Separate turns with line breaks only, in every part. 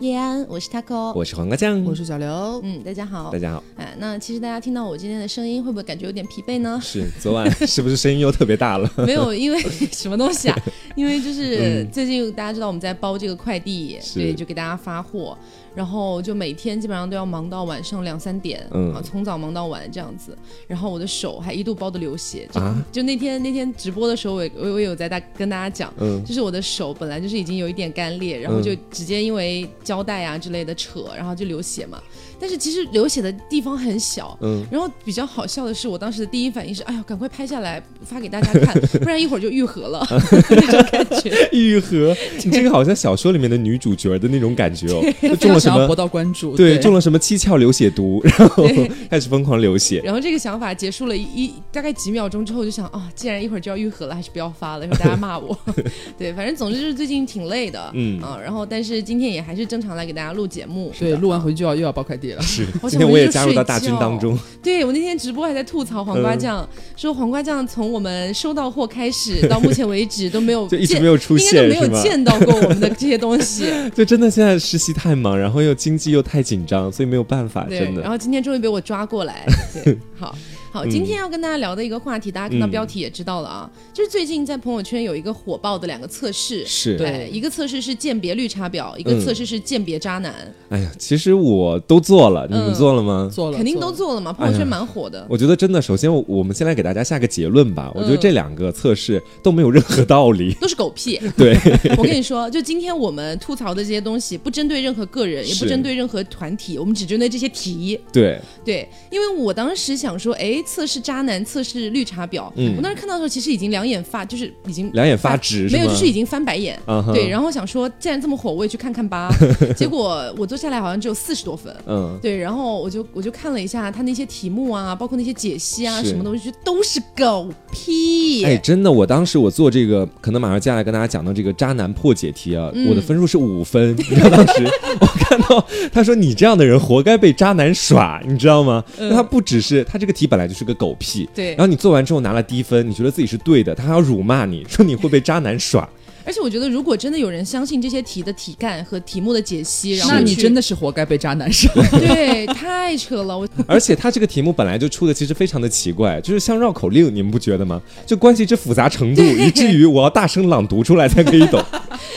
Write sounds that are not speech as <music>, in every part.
叶安，我是 Taco，
我是黄瓜酱，
我是小刘。
嗯，大家好
大，家好，？
哎，那其实大家听到我今天的声音，会不会感觉有点疲惫呢
<laughs> 是昨晚是不是声音又特别大了？
没有，因为 <laughs> 什么东西啊？因为就是最近大家知道我们在包这个快递，
嗯是
对，就给大家发货，然后就每天基本上都要忙到晚上两三点，
嗯
啊，从早忙到晚这样子。然后我的手还一度包的流血，就、
啊
就那天那天直播的时候我也，我我也有在大跟大家讲，
嗯，
就是我的手本来就是已经有一点干裂，然后
嗯
就直接因为胶带啊之类的扯，然后就流血嘛。但是其实流血的地方很小，
嗯
然后比较好笑的是，我当时的第一反应是，哎呀，赶快拍下来发给大家
<laughs>
看，不然一会儿就愈合了那种感觉。
<laughs> 愈合，你这个好像小说里面的女主角的那种感
<laughs>
觉哦，就中了什
想要博
么？
到关注，
对，
对，
中了什么七窍流
<laughs>
血毒，然后开始疯狂流血。
然后这个想法结束了一一大概几秒钟之后，就想啊，既然一会儿就要愈合了，还是不要发了，一会儿大家骂我。 <laughs> 对，反正总之就是最近挺累的，
嗯
啊，然后但是今天也还是正常来给大家录节目。
对，录完回去就要又要包快
<laughs>
递了。
是，
好想
今天
回
我
去
也
就
加入
睡
到大军
觉
当中。
对我那天直播还在吐槽黄瓜酱，
嗯
说黄瓜酱从我们收到货开始
<laughs>
到目前为止都没有
就一直
见
没有出现
应该都
是
没
吗
有见到过我们的这些东
<laughs>
西。
就真的现在实习太忙，然后又经济又太紧张，所以没有办法，
对
真，
然
的。嗯
后今天终于被我抓过
<laughs>
来。对，好好，今天要跟大家聊的一个话题，大家看到标题也知道了啊，就是最近在朋友圈有一个火爆的两个测试。
是，
对
哎一个测试是鉴别绿茶婊，一个
嗯
测试是鉴别渣男，
哎呀，其实我都做了，你们
嗯
做了哎吗？
做了，
肯定都
了
做了嘛，朋友圈蛮火的。
我觉得真的，首先我我们先来给大家下个结论吧。我觉得
嗯
这两个测试都没有任何道理。
都是狗屁。
对，
<laughs> 我跟你说，就今天我们吐槽的这些东西，不针对任何个人，也不
是
针对任何团体，我们只针对这些题。
对，
对，因为我当时想说，哎，测试渣男，测试绿茶婊。
嗯
我当时看到的时候，其实已经两眼发，就是已经
两眼发直是
没有，
吗
就是已经翻白眼。
啊哈
对，然后我想说，既然这么火，我也去看看
<laughs>
吧。结果我做下来好像只有四十多分。
嗯，
对，然后我就我就看了一下他那些题目啊，包括那些解析啊，
是
什么东西都是狗屁。
哎，真的，我当时我做这个，可能马上接下来跟大家讲到这个渣男破解题啊，
嗯
我的分数是五分。 <laughs> 你知道当
<laughs>
时我看到他说你这样的人活该被渣男耍，你知道吗？那他不只是他这个题本来就是个狗屁，
嗯对
然后你做完之后拿了低分，你觉得自己是对的，他还要辱骂你说你会被渣
<laughs>
男耍，
而且我觉得，如果真的有人相信这些题的题干和题目的解析，然后
<laughs>
那你
去
真的是活该被渣男上。
对太扯了，我 <laughs>
而且他这个题目本来就出的其实非常的奇怪，就是像绕口令，你们不觉得吗？就关系之复杂程度，以至于我要大声朗读出来才可
<laughs>
以懂。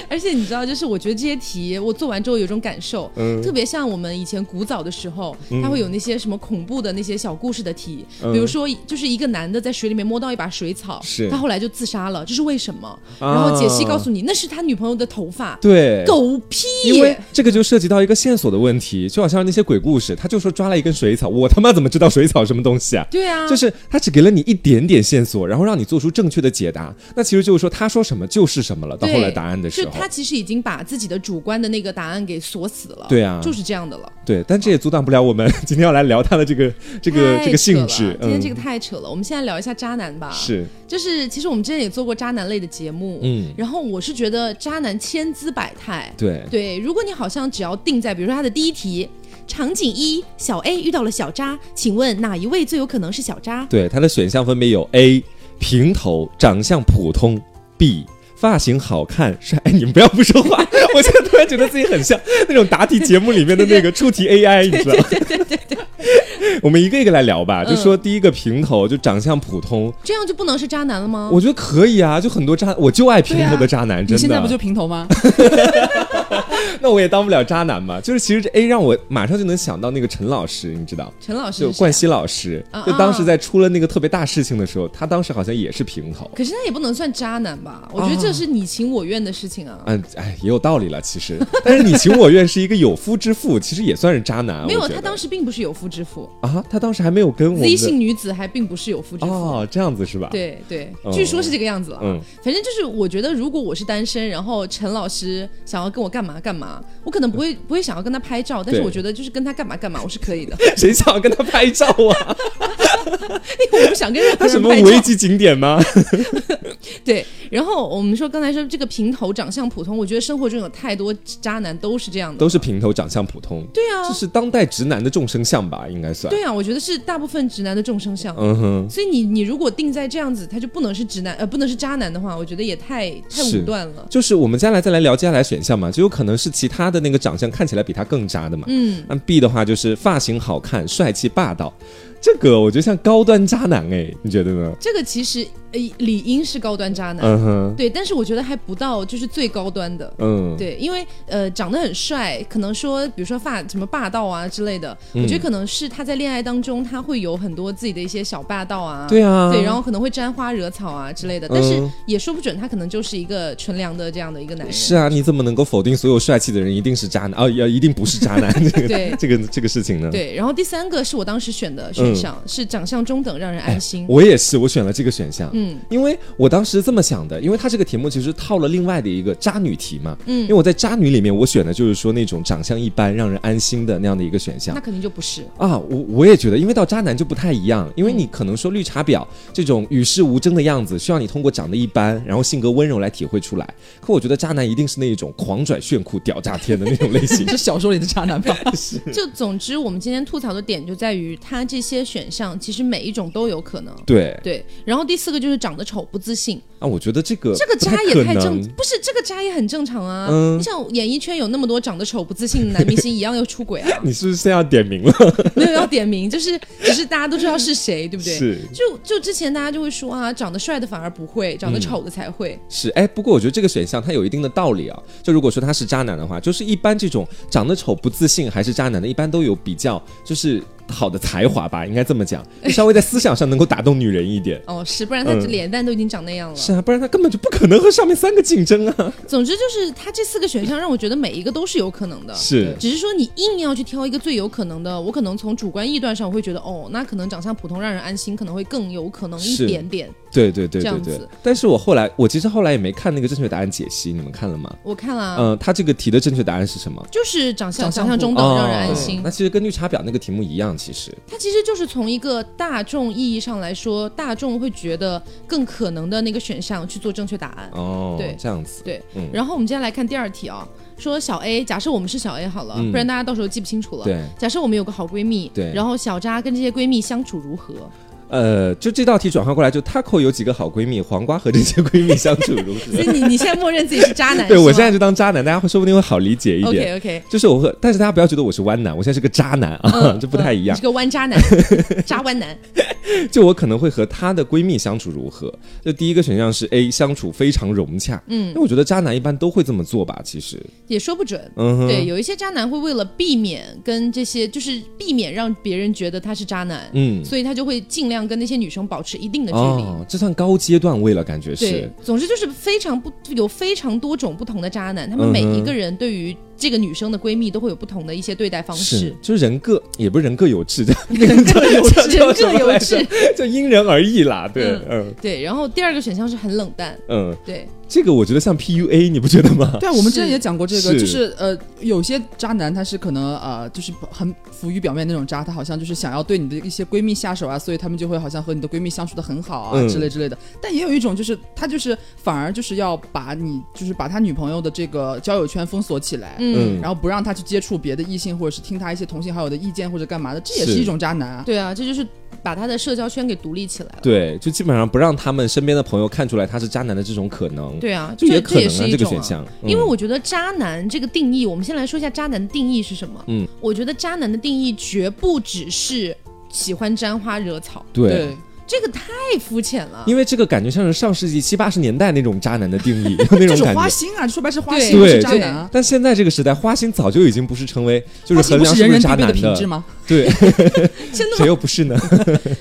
而且你知道，就是我觉得这些题我做完之后有一种感受，
嗯
特别像我们以前古早的时候，他会有那些什么恐怖的那些小故事的题，比如说就是一个男的在水里面摸到一把水草，
嗯是啊
他后来就自杀了，这是为什么？然后解析告诉你，那是他女朋友的头发，
对，
狗屁，
因为这个就涉及到一个线索的问题，就好像那些鬼故事，他就说抓了一根水草，我他妈怎么知道水草什么东西啊？
对啊，
就是他只给了你一点点线索，然后让你做出正确的解答，那其实就是说他说什么就是什么了。到
对
后来答案的时
就
候，
他其实已经把自己的主观的那个答案给锁死了，
对啊
就是这样的了。
对，但这也阻挡不了我们 <laughs> 今天要来聊他的这个这个
太
这
扯
个性
了
质。嗯
今天这个太扯了，我们现在聊一下渣男吧。，
是，
就是其实我们之前也做过渣男类的节目，
嗯，
然后我是觉得渣男千姿百态。
对，
对，如果你好像只要定在，比如说他的第一题，场景一，小 A 遇到了小渣，请问哪一位最有可能是小渣？
对，它的选项分别有 A 平头，长相普通；B 发型好看帅。哎，你们不要不说话， <laughs> 我现在突然觉得自己很像那种答题节目里面的那个出题 AI，你知道吗？对对对。我们一个一个来聊吧，就说第一个平头，就长相普通，
这样就不能是渣男了吗？
我觉得可以啊，就很多渣，我就爱平头的渣男，
啊你
真
现在不就
的。
平头
<laughs>
吗？
那我也当不了渣男嘛，就是其实这 A 让我马上就能想到那个陈老师，你知道。
陈老师
就是冠
谁啊
希老师
啊，
就当时在出了那个特别大事情的时候，他当时好像也是平头，
可是那也不能算渣男吧？我觉得这是你情我愿的事情啊。
嗯，哎，也有道理了，其实。但是你情我愿是一个有夫之妇，其实也算是渣男。
没有，
啊我觉
他
得
当时并不是有夫之妇
啊，他当时还没有跟我们
，Z
的
姓女子还并不是有夫之妇。
哦，这样子是吧？，
对对
哦，
据说是这个样子了。
嗯
反正就是，我觉得如果我是单身，然后陈老师想要跟我干嘛干嘛，我可能不会不会想要跟他拍照，但是
对
我觉得就是跟他干嘛干嘛，我是可以
<laughs>
的，
谁想要跟他拍
<laughs>
照啊？
因为我不想跟任何
他什
人
么
拍
五 A
照。
级景点吗？ <laughs>
对，然后我们说刚才说这个平头长相普通，我觉得生活中有太多渣男都是这样的，
都是平头，长相普通，
对啊
这，是当代直男的众生相吧，应该算。
对啊，我觉得是大部分直男的众生相。
嗯哼，
所以你你如果定在这样子，他就不能是直男，呃，不能是渣男的话，我觉得也太太
是
武断了。
就是我们接下来再来聊接下来选项嘛，就有可能是其他的那个长相看起来比他更渣的嘛。
嗯，
那 B 的话就是发型好看、帅气、霸道，这个我觉得像高端渣男哎，你觉得呢？
这个其实呃理应是高端渣男，
嗯哼，
对，但是我觉得还不到就是最高端的。
嗯，
对，因为呃长得很帅，可能说比如说发什么霸道啊之类的，我
嗯
觉得可能是他在恋爱当中他会有很多自己的一些小霸道啊，
对啊，嗯
对，然后可能会沾花惹草啊之类的，但是也说不准他可能就是一个纯良的这样的一个男人。
是啊，你怎么能够否定所有帅气的人一定是渣男啊？要一定不是渣
<laughs>
男这个
对
这个这个事情呢？，
对，然后第三个是我当时选的选项，是长相中等让人安心。
嗯哎我也是，我选了这个选项。
嗯
因为我当时这么想的，因为它这个题目其实套了另外的一个渣女题嘛，
嗯
因为我在渣女里面，我选的就是说那种长相一般、让人安心的那样的一个选项
那。肯定就不
<laughs>
是。
啊，我我也觉得，因为到渣男就不太一样，因为你可能说绿茶婊这种与世无争的样子，需要你通过长得一般，然后性格温柔来体会出来。可我觉得渣男一定是那一种狂拽炫酷、屌炸天的那种类型
你。是小说里的渣男吧？
就总之，我们今天吐槽的点就在于他这些选项，其实每一种都有可能。
对
对，然后第四个就是长得丑不自信，
啊，我觉得这个
这个
不太
渣也
可
太正
<laughs> 能，
不是这个渣也很正常啊。
嗯
你想演艺圈有那么多长得丑不自信的男明星，一样要出
<laughs>。
轨啊
你是不是现在要点名了？
没有要点名，就是只是大家都知道是谁，对不对？
是
就就之前大家就会说啊，长得帅的反而不会，长得丑的才会。
是，哎，不过我觉得这个选项它有一定的道理啊。就如果说他是渣男的话，就是一般这种长得丑、不自信还是渣男的，一般都有比较就是好的才华吧，应该这么讲，就稍微在思想上能够打动女人
<laughs>
一点。
哦，是，不然他
嗯
脸蛋都已经长那样了。
是啊，不然他根本就不可能和上面三个竞争啊。
总之就是他这四个选项让我觉得每一个都是有可能的。
是
只是说你硬要去挑一个最有可能的，我可能从主观臆断上我会觉得，哦，那可能长相普通让人安心，可能会更有可能一
是
点点。
对对
这
对对
样
对
子。
但是我后来，我其实后来也没看那个正确答案解析，你们看了吗？
我看了啊，
嗯、他这个题的正确答案是什么？
就是长相
长相
长相中等，
哦
让人安心
那。其实跟绿茶婊那个题目一样，其实
它其实就是从一个大众意义上来说，大众会觉得更可能的那个选项去做正确答案。
哦，
对
这样子，
对，
嗯
然后我们接下来看第二题啊、说小 A，假设我们是小 A 好了，
嗯
不然大家到时候记不清楚了。
对。
假设我们有个好闺蜜，
对
然后小扎跟这些闺蜜相处如何？
呃，就这道题转换过来，就 Taco 有几个好闺蜜，黄瓜和这些闺蜜相处
<laughs>
如
所
何？
以你你现在默认自己是渣男，
<laughs> 对我现在就当渣男，大家会说不定会好理解一
OK
点。
OK，
就是我会，但是大家不要觉得我是弯男，我现在是个渣男
嗯
<laughs> 啊，这不太一样
<laughs> 你是。个弯渣男，渣弯男。
就我可能会和她的闺蜜相处如何？就第一个选项是 A，相处非常融洽。嗯，因为我觉得渣男一般都会这么做吧，其实。
也说不准。
嗯哼。
对，有一些渣男会为了避免跟这些，就是避免让别人觉得他是渣男，
嗯。
所以他就会尽量跟那些女生保持一定的距离。
哦，这算高阶段位了，感觉
对
是。，
总之就是非常不有非常多种不同的渣男，他们每一个人对于这个女生的闺蜜都会有不同的一些对待方式
是，，就是人各也不是人各有
<laughs>
志，这
人各有
这
志，人各有，
这
志。
这就因人而异啦。对，嗯
对，然后第二个选项是很冷淡，
嗯，
对，
这个我觉得像 PUA，你不觉得
<laughs>
吗？
对啊，我们之前也讲过这个，
是
就是呃，有些渣男他是可能呃，就是很浮于表面那种渣，他好像就是想要对你的一些闺蜜下手啊，所以他们就会好像和你的闺蜜相处的很好啊、
嗯
之类之类的。但也有一种就是他就是反而就是要把你就是把他女朋友的这个交友圈封锁起来。
嗯，
嗯
然后不让他去接触别的异性，或者是听他一些同性好友的意见，或者干嘛的，这也
是
是一种渣男啊。
对啊，这就是把他的社交圈给独立起来了。
嗯对，就基本上不让他们身边的朋友看出来他是渣男的这种可能，
对啊，
就
这
也可能
也
啊
是一
这个
种
选
啊
项，
因为
嗯
我觉得渣男这个定义，我们先来说一下渣男的定义是什么。
嗯，
我觉得渣男的定义绝不只是喜欢沾花惹草，
对，
这个太肤浅了。
因为这个感觉像是上世纪七八十年代那种渣男的定
<laughs>
义那
这
种
种
感
花
觉。
心啊，说白是花心，
对
不是渣
对
男啊。
但现在这个时代，花心早就已经不是成为就
花
是
心
衡
不
量是
是人
不
人
是
必
渣
备的
男
品质吗？
对，
<laughs> 真的
谁
吗？
又不是呢？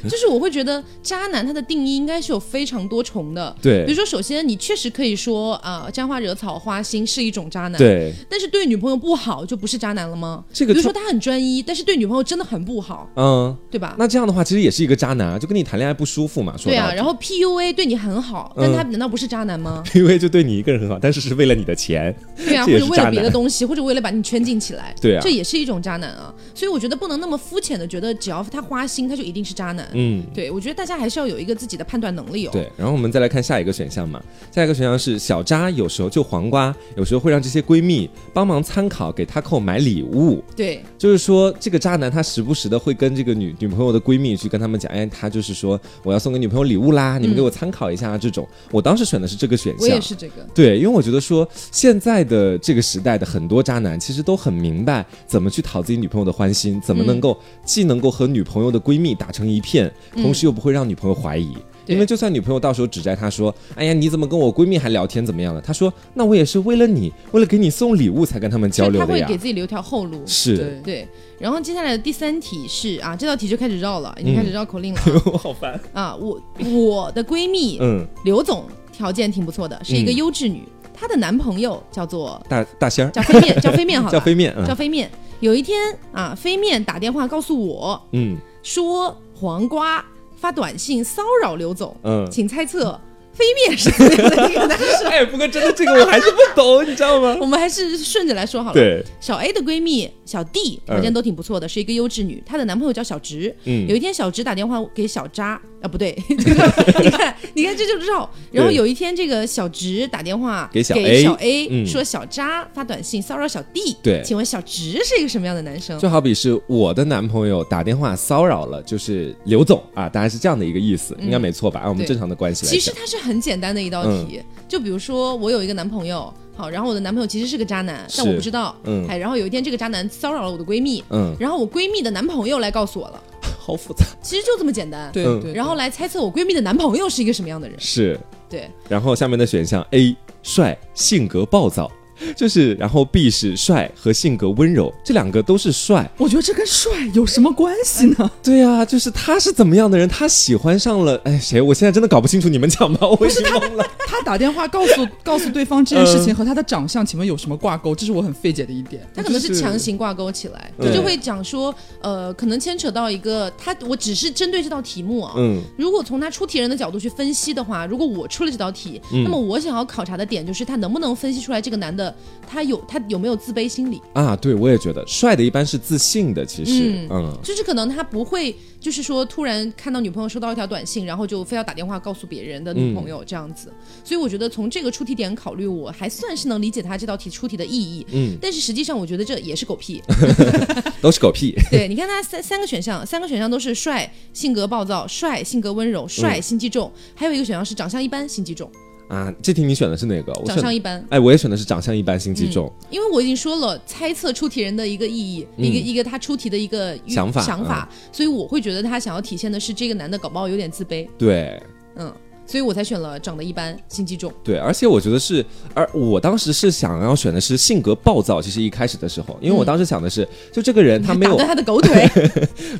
就是我会觉得渣男他的定义应该是有非常多重的。比如
对
说，首先你确实可以说啊、沾花惹草、花心是一种渣男。。
对，
但是对女朋友不好就不是渣男了吗？
这
比
个
如说
就
他很专一，但是对女朋友真的很不好，
嗯，
对吧？
那这样的话其实也是一个渣男，啊，就跟你谈恋爱不舒服嘛。说
对啊，
到嗯
然后 PUA 对你很好，但他难道不是渣男
<laughs>
吗？
因为就对你一个人很好，但是是为了你的钱。
对啊，或
这也
者
是
为了
渣男
别的东西，或者为了把你圈禁起来，
对啊
这也是一种渣男啊。所以我觉得不能那么肤浅的觉得，只要他花心，他就一定是渣男。
嗯，
对，我觉得大家还是要有一个自己的判断能力哦。
对，然后我们再来看下一个选项嘛。下一个选项是小扎，有时候就黄瓜，有时候会让这些闺蜜帮忙参考，给他扣买礼物。
对
就是说，这个渣男他时不时的会跟这个女女朋友的闺蜜去跟他们讲，哎，他就是说我要送给女朋友礼物啦，你们给我参考一下啊这种。我当时选的是这个选
我
项，
也是这个，
对，因为我觉得说现在的这个时代的很多渣男其实都很明白怎么去讨自己女朋友的欢心，怎么
嗯
能够、既能够和女朋友的闺蜜打成一片，同时又不会让女朋友怀疑。
嗯对
因为就算女朋友到时候指摘他说：“哎呀，你怎么跟我闺蜜还聊天怎么样了？”他说：“那我也是为了你，为了给你送礼物才跟他们交
就
流
他
的
会
呀
给。自己留条后路”。
是，
对，
对，然后接下来的第三题是啊，这道题就开始绕了，已
嗯
经开始绕口令了啊。
<laughs> 我好烦。
啊，我我的闺蜜
嗯，
刘总条件挺不错的，是一个
嗯
优质女，她的男朋友叫做
大大仙儿
叫飞面，叫飞面好了，
叫飞面，
叫
嗯
飞面。有一天啊，飞面打电话告诉我
嗯
说，黄瓜发短信骚扰刘总，
嗯。
请猜测飞面是怎样的一个男生？
哎，不过真的这个我还是不懂，你知道吗？
<laughs> 我们还是顺着来说好了。
对，
小 A 的闺蜜小 D 条件都挺不错的，是一个优质女，她的男朋友叫小直。
嗯
有一天小直打电话给小渣啊，不
<laughs>
对，这个你看，你看这就绕。然后有一天这个小直打电话
给小 A，
给小 A，,
嗯
说小渣发短信骚扰小 D。
对
请问小直是一个什么样的男生？
就好比是我的男朋友打电话骚扰了，就是刘总啊，大概是这样的一个意思，应该没错吧？按啊我们
对
正常的关系来
其实
讲，
它是很简单的一道
嗯
题，就比如说我有一个男朋友，好，然后我的男朋友其实是个渣男，但
是
我不知道。
嗯
哎，然后有一天这个渣男骚扰了我的闺蜜，
嗯，
然后我闺蜜的男朋友来告诉我了，
好复杂，
其实就这么简单。
对
嗯
对。
然后来猜测我闺蜜的男朋友是一个什么样的人。
是。
对，
然后下面的选项 A 帅，性格暴躁，就是然后 B 是帅和性格温柔，这两个都是帅。
我觉得这跟帅有什么关系呢？
对呀、就是他是怎么样的人，他喜欢上了哎谁？我现在真的搞不清楚，你们讲吧，我已经懵了。
他打电话告诉告诉对方这件事情和他的长相，请问有什么挂钩？这是我很费解的一点。
他可能
就是是
强行挂钩起来，
对
这就会讲说，呃，可能牵扯到一个他，我只是针对这道题目啊。
嗯
如果从他出题人的角度去分析的话，如果我出了这道题，那么我想要考察的点就是他能不能分析出来这个男的他有他有没有自卑心理，
啊，对我也觉得帅的一般是自信的，其实
嗯就是可能他不会就是说突然看到女朋友收到一条短信，然后就非要打电话告诉别人的女朋
嗯
友这样子。所以我觉得从这个出题点考虑，我还算是能理解他这道题出题的意义。
嗯
但是实际上，我觉得这也是狗
<laughs>
屁。
嗯，都是狗屁。
对，你看他三三个选项，三个选项都是帅、性格暴躁、帅、性格温柔、帅、心机重，还有一个选项是长相一般、心机重。
啊，这题你选的是哪个？我
长
选
相一般，
哎，我也选的是长相一般，心机重。
因为我已经说了，猜测出题人的一个意义，一个一个他出题的一个欲
嗯想法嗯
想法，所以我会觉得他想要体现的是这个男的搞不好有点自卑，
对
嗯，所以我才选了长得一般，心机重。
对，而且我觉得是，而我当时是想要选的是性格暴躁。其实一开始的时候，因为我当时想的是，就这个人他
嗯 <laughs>
没
打
有
断他的狗
<laughs>
腿，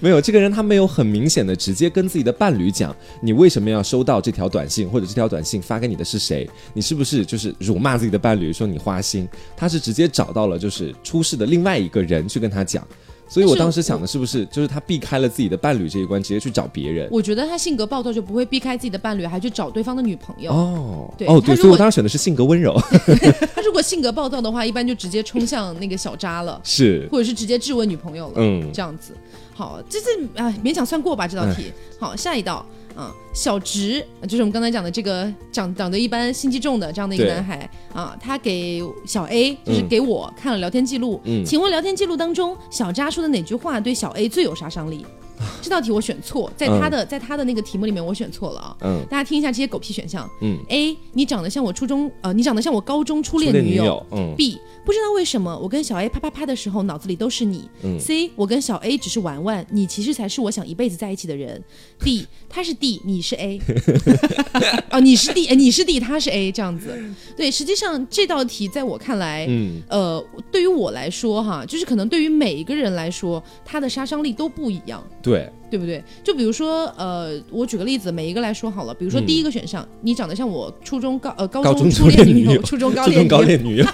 没有这个人他没有很明显的直接跟自己的伴侣讲，你为什么要收到这条短信，或者这条短信发给你的是谁？你是不是就是辱骂自己的伴侣，说你花心？他是直接找到了就是出事的另外一个人去跟他讲。所以我
但是
当时想的是不是就是他避开了自己的伴侣这一关，直接去找别人？
我觉得他性格暴躁就不会避开自己的伴侣，还去找对方的女朋友。
哦，
对
哦，
他
对，
如
所以我
果
当时选的是性格温柔，
他如果性格暴躁的话，一般就直接冲向那个小渣了，
是，
或者是直接质问女朋友了。
嗯，
这样子。好，这这啊、勉强算过吧这道题。
哎
好，下一道啊，小直呃就是我们刚才讲的这个长长得一般、心机重的这样的一个
对
男孩啊，他给小 A 就是
嗯
给我看了聊天记录。
嗯
请问聊天记录当中，小渣说的哪句话对小 A 最有杀伤
<laughs>
力？这道题我选错，在他的、在他的那个题目里面我选错了啊。
嗯
大家听一下这些狗屁选项。
嗯
，A，你长得像我初中呃，你长得像我高中初恋
恋
女友。
友，嗯
B 不知道为什么，我跟小 A 啪啪啪的时候，脑子里都是你。
嗯
C 我跟小 A 只是玩玩，你其实才是我想一辈子在一起的人。D 他是 D，你是
<laughs>
A。哦，你是 D，哎你是 D，他是 A，这样子。对，实际上这道题在我看来，
嗯，
呃，对于我来说哈，就是可能对于每一个人来说，它的杀伤力都不一样。
对，
对不对？就比如说，呃，我举个例子，每一个来说好了。比如说
嗯
第一个选项，你长得像我初中高呃高
高中
初
初恋
女
女友
初中高
初
恋
中
女
高
友，<laughs>
恋女友，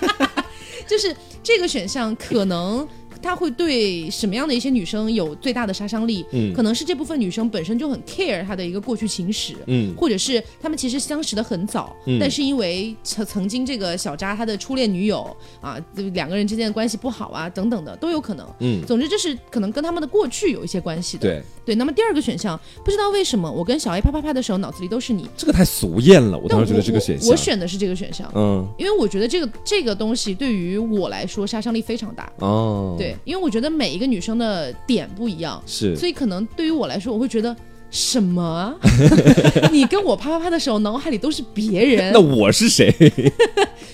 就是这个选项可能它会对什么样的一些女生有最大的杀伤力？
嗯
可能是这部分女生本身就很 care 她的一个过去情史。
嗯
或者是她们其实相识的很早，
嗯
但是因为曾曾经这个小渣他的初恋女友啊，就两个人之间的关系不好啊，等等的都有可能。
嗯，
总之，这是可能跟他们的过去有一些关系的。
对，
对，那么第二个选项，不知道为什么我跟小 A 啪啪啪的时候，脑子里都是你。
这个太俗艳了，我
但
当
我
时觉得这个选项，
我我选的是这个选项，
嗯，
因为我觉得这个这个东西对于我来说杀伤力非常大。
哦，
对，，因为我觉得每一个女生的点不一样，
是，
所以可能对于我来说，我会觉得什
<laughs>
么？啊 <laughs> 你跟我啪啪啪的时候，脑海里都是别人
<laughs> 那，我是谁？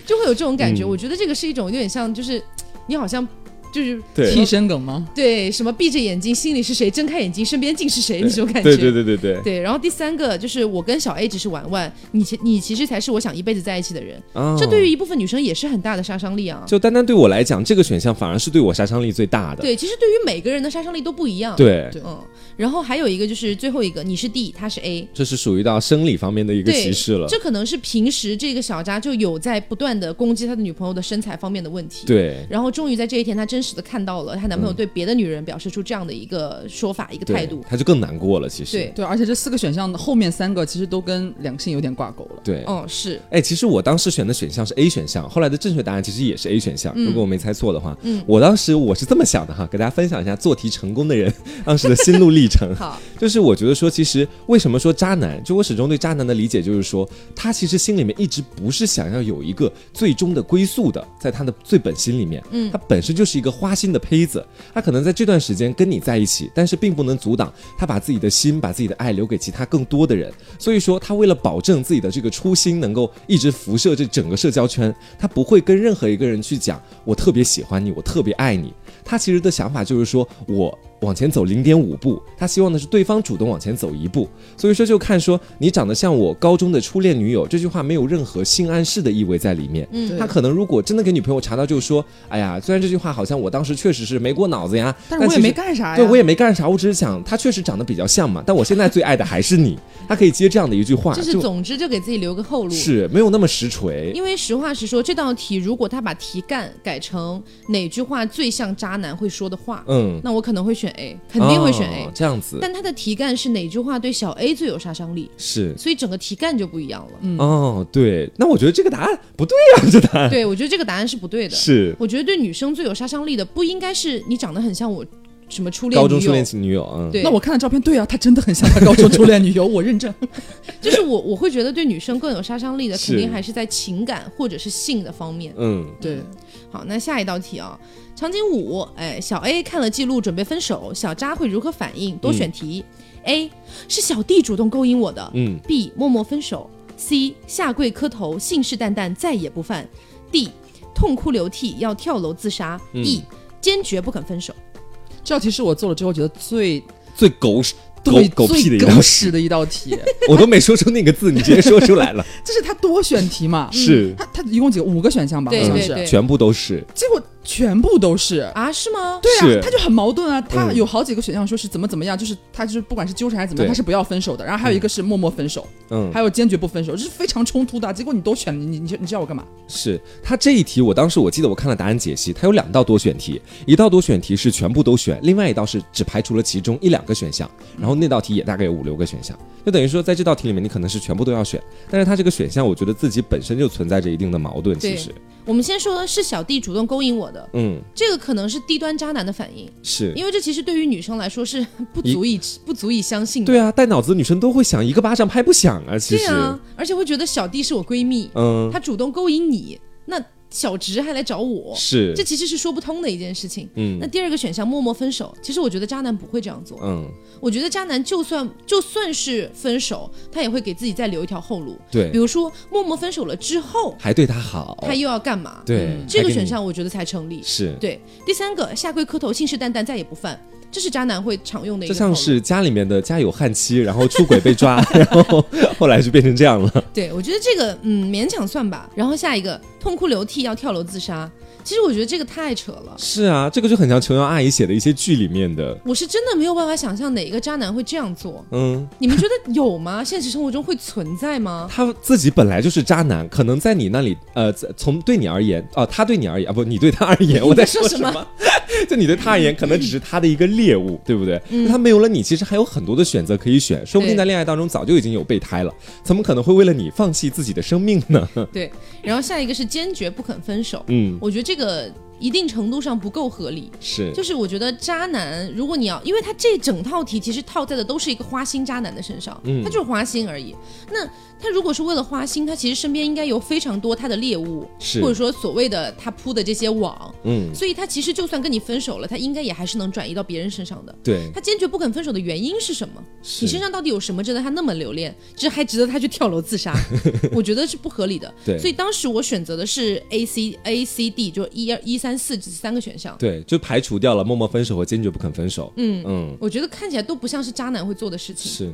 就会有这种感觉。
嗯
我觉得这个是一种有点像，就是你好像就是
对
替身梗吗？
对什么闭着眼睛心里是谁，睁开眼睛身边竟是谁那种感觉。
对对对对对
对，然后第三个就是我跟小 A 只是玩玩，你其你其实才是我想一辈子在一起的人，
啊
这对于一部分女生也是很大的杀伤力啊。
就单单对我来讲，这个选项反而是对我杀伤力最大的。
对，其实对于每个人的杀伤力都不一样。，
对
对
嗯，然后还有一个就是最后一个，你是 D，他是 A。
这是属于到生理方面的一个
对
歧视了。
这可能是平时这个小渣就有在不断的攻击他的女朋友的身材方面的问题。
对嗯
然后终于在这一天，她真实的看到了她男朋友对别的女人表示出这样的一个说法、一个
对
态度。
他就更难过了。其实
对
对，而且这四个选项的后面三个其实都跟两性有点挂钩了。
对
嗯，是
哎，其实我当时选的选项是 A 选项，后来的正确答案其实也是 A 选项，如果我没猜错的话。嗯，我当时我是这么想的哈，给大家分享一下做题成功的人 <laughs> 当时的心路历程。
好，
就是我觉得说，其实为什么说渣男？就我始终对渣男的理解就是说，他其实心里面一直不是想要有一个最终的归宿的，在他的最本心里面，嗯，他本身就是一个花心的胚子，他可能在这段时间跟你在一起，但是并不能阻挡他把自己的心、把自己的爱留给其他更多的人。所以说，他为了保证自己的这个初心能够一直辐射这整个社交圈，他不会跟任何一个人去讲我特别喜欢你，我特别爱你。他其实的想法就是说我往前走零点五步，他希望的是对方主动往前走一步。所以说，就看说你长得像我高中的初恋女友这句话没有任何性暗示的意味在里面。
嗯
他可能如果真的给女朋友查到，就说，哎呀，虽然这句话好像我当时确实是没过脑子呀，
但是我也
其实
没干啥呀。
对我也没干啥，我只是想他确实长得比较像嘛，但我现在最爱的还是你。他可以接这样的一句话，
就是总之就给自己留个后路。
啊是没有那么实锤。
因为实话实说，这道题如果他把题干改成哪句话最像渣男会说的话，
嗯，
那我可能会选 A，肯定会选
哦
A。
这样子
但他的题干是哪句话对小 A 最有杀伤力，
是。
所以整个题干就不一样了。
哦，对，那我觉得这个答案不对啊，这答案
对，我觉得这个答案是不对的。
是
我觉得对女生最有杀伤力的，不应该是你长得很像我什么初恋
高中
女
初
友
恋情女友，嗯，
对
那我看了照片，对啊，他真的很像他高中初恋女友，我认证。
就是我我会觉得对女生更有杀伤力的，
是
肯定还是在情感或者是性的方面。
嗯，
<laughs> 对，
好，那下一道题啊、场景五，哎，小 A 看了记录准备分手，小渣会如何反应？多选题、a 是小 D 主动勾引我的、
嗯
b 默默分手，C 下跪磕头，信誓旦旦再也不犯，D 痛哭流涕要跳楼自杀、e
嗯
坚决不肯分手。
这道题是我做了之后觉得最
最狗屎、狗
对
狗屁的
最
一
狗
道
屎
题，
的一道题。
<laughs> 我都没说出那个字，你直接说出来了，
<laughs> 这是他多选题嘛？
是，
嗯他他一共几个五个选项吧？
对
好像
对
是，
对
嗯全部都是，
结果全部都是。
啊，是吗？
对
是
啊，他就很矛盾啊，他
嗯
有好几个选项说是怎么怎么样，就是他就是不管是纠缠还是怎么样，
对
他是不要分手的，然后还有一个是默默分手，
嗯
还，有坚决不分手，这是非常冲突的啊。结果你都选，你你你你知道我干嘛？
是他这一题，我当时我记得我看了答案解析，它有两道多选题，一道多选题是全部都选，另外一道是只排除了其中一两个选项，然后那道题也大概有五六个选项，就等于说在这道题里面你可能是全部都要选，但是它这个选项我觉得自己本身就存在着一定的矛盾，其
对
实，
我们先说是小 D 主动勾引我的，
嗯，
这个可能是低端渣男的反应，
是。
因为这其实对于女生来说是不足以不足以相信的。
对啊，带脑子的女生都会想一个巴掌拍不响啊，
嗯
其
对
实，
啊，而且会觉得小 D 是我闺蜜，
嗯，
她主动勾引你，那小直还来找我，
是
这，其实是说不通的一件事情。
嗯
那第二个选项默默分手，其实我觉得渣男不会这样做。
嗯，
我觉得渣男就算就算是分手，他也会给自己再留一条后路，比
对，
如说默默分手了之后，
还对她好，
他又要干嘛？
对
嗯
这
还
个
给
选
你
项我觉得才成立。
是，
对，第三个下跪磕头，信誓旦旦再也不犯，这是渣男会常用的一
这
个套
像
路。
是家里面的家有悍妻，然后出轨被抓，然后后来就变成这
<laughs>
样了。
对，我觉得这个嗯勉强算吧。然后下一个痛哭流涕要跳楼自杀，其实我觉得这个太扯了，
是啊，这个就很像琼瑶阿姨写的一些剧里面的，
我是真的没有办法想象哪一个渣男会这样做。
嗯，
你们觉得有吗？现实生活中会存在吗？
他自己本来就是渣男，可能在你那里，呃，在从对你而言，哦、他对你而言啊，不，你对他而
<laughs>
言，我在说什么？ <laughs> 就你对他而言，可能只是他的一个猎物，对不对？那他没有了你，其实还有很多的选择可以选，说不
嗯
定
对
在恋爱当中早就已经有备胎了，怎么可能会为了你
<laughs>
放弃自己的生命呢？
对，然后下一个是坚决不肯分手。
嗯，
我觉得这个一定程度上不够合理。
是
就是我觉得渣男，如果你要，因为他这整套题其实套在的都是一个花心渣男的身上，
嗯
他就是花心而已。那他如果是为了花心，他其实身边应该有非常多他的猎物，
是
或者说所谓的他铺的这些网，
嗯，
所以他其实就算跟你分手了，他应该也还是能转移到别人身上的。
对，
他坚决不肯分手的原因是什么？
是
你身上到底有什么值得他那么留恋，这还值得他去跳楼自杀？ <laughs> 我觉得是不合理的。
对
所以当时我选择的是 A C A C D，就一二一三四这三个选项。
对，就排除掉了默默分手和坚决不肯分手。嗯嗯，
我觉得看起来都不像是渣男会做的事情。
是。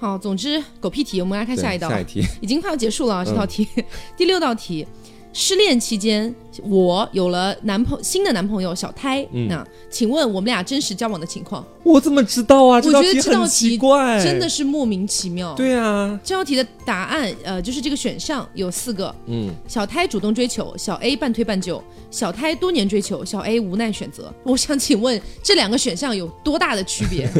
好，总之狗屁题，我们来看
对
下一道，
下一题， <laughs> 嗯
已经快要结束了啊，这道题， <laughs> 第六道题。失恋期间，我有了男朋新的男朋友小胎，
嗯
那请问我们俩真实交往的情况，
我怎么知道啊？
我觉
道
得
题
这道
很
题
奇怪，
真的。是莫名其妙。
哎对啊，
这道题的答案，呃，就是这个选项有四个：
嗯，
小胎主动追求，小 A 半推半就；小胎多年追求，小 A 无奈选择。 <laughs> 我想请问这两个选项有多大的区别？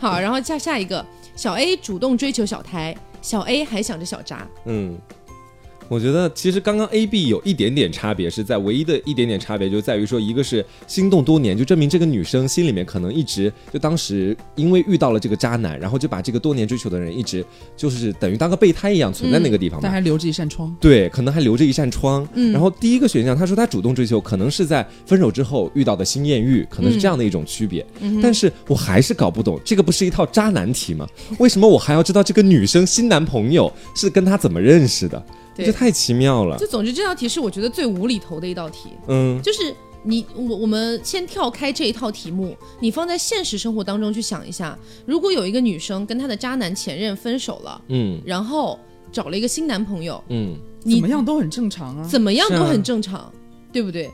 好，然后下下一个，小 A 主动追求小胎，小 A 还想着小渣。
嗯，我觉得其实刚刚 A、B 有一点点差别，是在唯一的一点点差别就在于说，一个是心动多年，就证明这个女生心里面可能一直就当时因为遇到了这个渣男，然后就把这个多年追求的人一直就是等于当个备胎一样存在那个地方嘛。
但还留着一扇窗。
对，可能还留着一扇窗。
嗯
然后第一个选项，他说他主动追求，可能是在分手之后遇到的新艳遇，可能是这样的一种区别。
嗯
但是我还是搞不懂，这个不是一套渣男题吗？为什么我还要知道这个女生新男朋友是跟她怎么认识的？
对
这太奇妙了
就。总之这道题是我觉得最无厘头的一道题，
嗯，
就是。你我我们先跳开这一套题目，你放在现实生活当中去想一下，如果有一个女生跟她的渣男前任分手了，
嗯
然后找了一个新男朋友，
嗯，
你
怎么样都很正常啊。
怎么样
是啊
都很正常，对不对？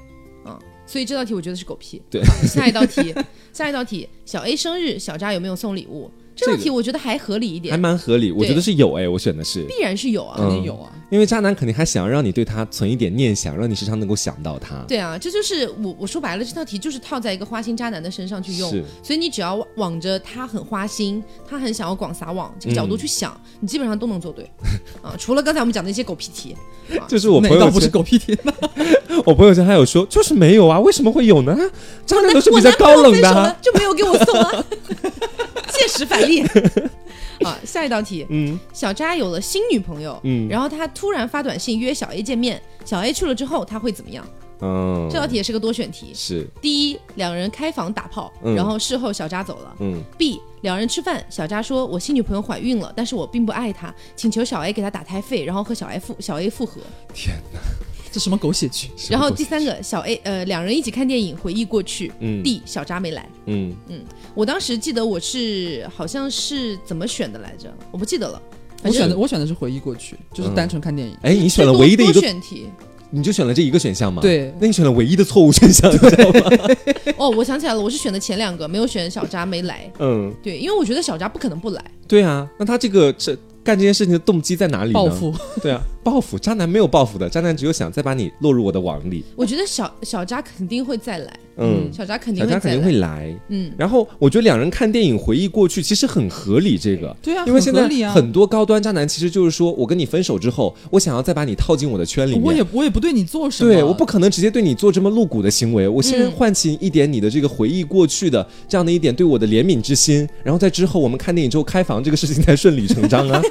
嗯，所以这道题我觉得是狗屁。
对
好，下一道题， <laughs> 下一道题，小 A 生日，小扎有没有送礼物？这道
这个
题我觉得还合理一点，
还蛮嗯合理。我
对
觉得是有哎，我选的是，
必然是有啊。
肯定有啊，
因为渣男肯定还想让你对他存一点念想，让你时常能够想到他。
对啊，这就是我我说白了，这道题就是套在一个花心渣男的身上去用
是，
所以你只要往着他很花心，他很想要广撒网
嗯
这个角度去想，你基本上都能做对啊。除了刚才我们讲的那些狗屁题，
就是我
哪
朋友
道不是
圈，
狗屁天？
我朋友圈还有说，就是没有啊，为什么会有呢？渣男都是
我
比较
男朋
高
友
冷
分
的
手
啊、
了就没有给我送啊， <laughs> 借时反力。啊，下一道题，
嗯
小扎有了新女朋友，
嗯
然后他突然发短信约小 A 见面，小 A 去了之后他会怎么样？
嗯，
这道题也是个多选题。
是，
第一，两人开房打炮，
嗯
然后事后小扎走了。
嗯，
B，两人吃饭，小扎说：“我新女朋友怀孕了，但是我并不爱她，请求小 A 给她打胎费，然后和小 A 复小 A 复合。
天哪！
<laughs> 这什么狗血剧？
然后第三个，小 A 呃，两人一起看电影回忆过去。
嗯
D，小扎没来。
嗯，
我当时记得我是好像是怎么选的来着，我不记得了。
我
反正
选的我选的是回忆过去，就是单纯看电影。
哎，你选了
多
唯一的一
多
个，
选题。
你就选了这一个选项吗？，
对，
那你选了唯一的错误选项，你知道吗？
哦，我想起来了，我是选的前两个，没有选小扎没来。
嗯，
对，因为我觉得小扎不可能不来。
对啊，那他这个这干这件事情的动机在哪里呢？
报，复。 <laughs>
对啊，报复，渣男没有报复的，渣男只有想再把你落入我的网里，
我觉得小小扎肯定会再来，
嗯，
小扎肯定
小
会
渣
再
肯
来。
定会来。
嗯，
然后我觉得两人看电影回忆过去，其实很合理。这个
对啊，
因为现在
很合理啊。
很多高端渣男其实就是说我跟你分手之后，我想要再把你套进我的圈里面，
我也我也不对你做什么，
对，我不可能直接对你做这么露骨的行为，
嗯
我先唤起一点你的这个回忆过去的这样的一点对我的怜悯之心，然后在之后我们看电影之后开房这个事情才顺理成
<laughs>
章啊。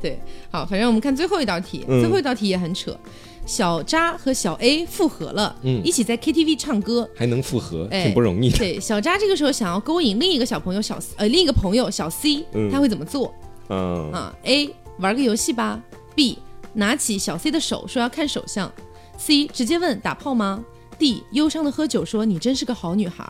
对，好，反正我们看最后一道题，
嗯
最后一道题也很扯。小扎和小 A 复合了，
嗯
一起在 KTV 唱歌。
还能复合，
哎
挺不容易的
对，小扎这个时候想要勾引另一个小朋友小呃另一个朋友小 C，、
嗯
他会怎么做
嗯，
啊？A 玩个游戏吧，B 拿起小 C 的手说要看手相，C 直接问打炮吗？D 忧伤的喝酒说你真是个好女孩。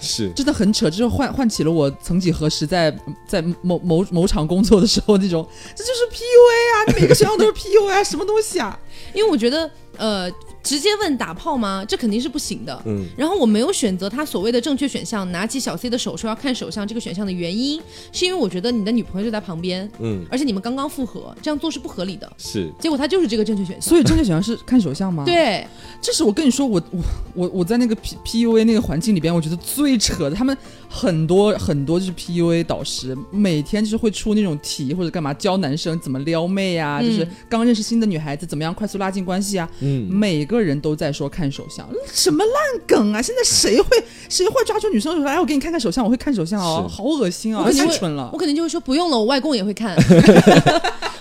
是
真的很扯，这就唤唤起了我曾几何时在在某某某厂工作的时候那种，这就是 PUA 啊，你每个选项都是 PUA 啊，什么东西啊？
因为我觉得，呃，直接问打炮吗？这肯定是不行的。
嗯
然后我没有选择他所谓的正确选项，拿起小 C 的手说要看手相这个选项的原因，是因为我觉得你的女朋友就在旁边，
嗯
而且你们刚刚复合，这样做是不合理的。
是，
结果他就是这个正确选项。
所以正确选项是看手相吗？，
对，
这是我跟你说，我我我我在那个 P PUA 那个环境里边，我觉得最扯的，他们很多很多就是 PUA 导师，每天就是会出那种题或者干嘛教男生怎么撩妹啊，
嗯
就是刚认识新的女孩子怎么样快速拉近关系啊，
嗯
每个人都在说看手相，什么烂梗啊！现在谁会谁会抓住女生的手说，哎，我给你看看手相，我会看手相哦，
是
好恶心
我
啊，
肯定
太
会
蠢了
我。肯定就会说不用了，我外公也会
<laughs>
看，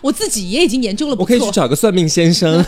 我自己也已经研究了，
我
不
可以去
错。
找个算命
<laughs>
先生。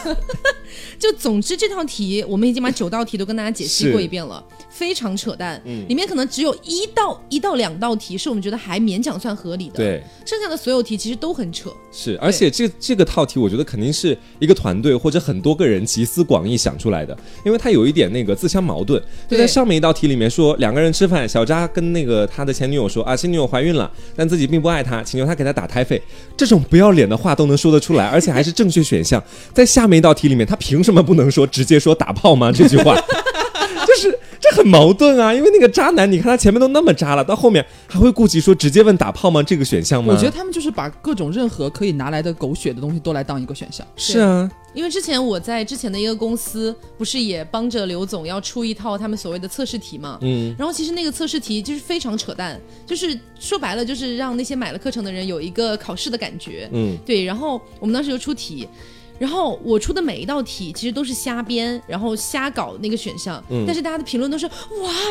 就总之这套题，我们已经把九道题都跟大家解析
是嗯
过一遍了，非常扯淡。里面可能只有一到一到两道题是我们觉得还勉强算合理的，，
对，
剩下的所有题其实都很扯。
是，而且这这个套题，我觉得肯定是一个团队或者很多个人集思广益想出来的，因为它有一点那个自相矛盾。就
对
在上面一道题里面说，两个人吃饭，小扎跟那个他的前女友说啊，前女友怀孕了，但自己并不爱她，请求他给她打胎费，这种不要脸的话都能说得出来，而且还是正确选项。在下面一道题里面，他凭什么不能说直接说打炮吗？这句话， <laughs> 就是。这很矛盾啊，因为那个渣男，你看他前面都那么渣了，到后面还会顾及说直接问打炮吗这个选项吗？
我觉得他们就是把各种任何可以拿来的狗血的东西都来当一个选项。
是啊，
因为之前我在之前的一个公司，不是也帮着刘总要出一套他们所谓的测试题嘛？
嗯，
然后其实那个测试题就是非常扯淡，就是说白了就是让那些买了课程的人有一个考试的感觉。
嗯，
对，然后我们当时就出题。然后我出的每一道题其实都是瞎编，然后瞎搞那个选项，但是大家的评论都是哇，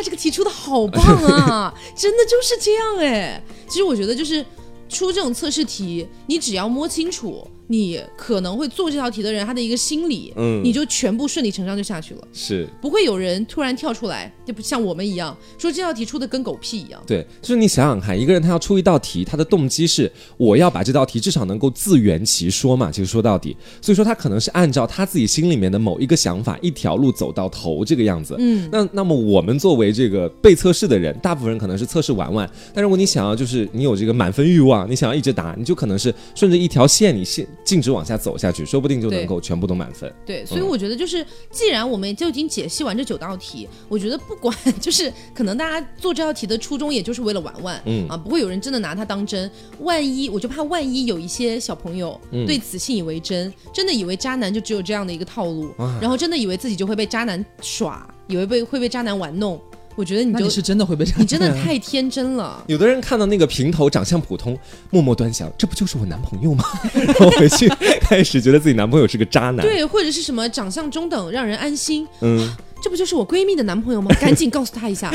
这个题出的好棒啊，真的就是这样哎。其实我觉得就是出这种测试题，你只要摸清楚你可能会做这道题的人他的一个心理，
嗯
你就全部顺理成章就下去了，
是
不会有人突然跳出来，就不像我们一样说这道题出的跟狗屁一样。
对，就是你想想看，一个人他要出一道题，他的动机是我要把这道题至少能够自圆其说嘛。其实说到底，所以说他可能是按照他自己心里面的某一个想法一条路走到头这个样子。嗯，那那么我们作为这个被测试的人，大部分人可能是测试玩玩，但如果你想要就是你有这个满分欲望，你想要一直答，你就可能是顺着一条线，你线径直往下走下去，说不定就能
对
够全部都满分。
嗯
对，所以我觉得就是，既然我们就已经解析完这九道题，我觉得不管 <laughs> 就是可能大家做这道题的初衷，也就是为了玩玩，
嗯
啊，不会有人真的拿它当真。万一我就怕万一有一些小朋友
嗯
对此信以为真，真的以为渣男就只有这样的一个套路，
啊
然后真的以为自己就会被渣男耍，以为被会被渣男玩弄，我觉得你
那
就
你是真的会被这
你
样
真的太天真
<laughs>
了。
有的人看到那个平头长相普通，默默端详，这不就是我男朋
<laughs>
友吗？然后回去开始觉得自己男朋友是个渣男。
对，或者是什么长相中等，让人安心，
嗯，
这不就是我闺蜜的男朋友吗？赶紧告诉她一
<laughs>
下，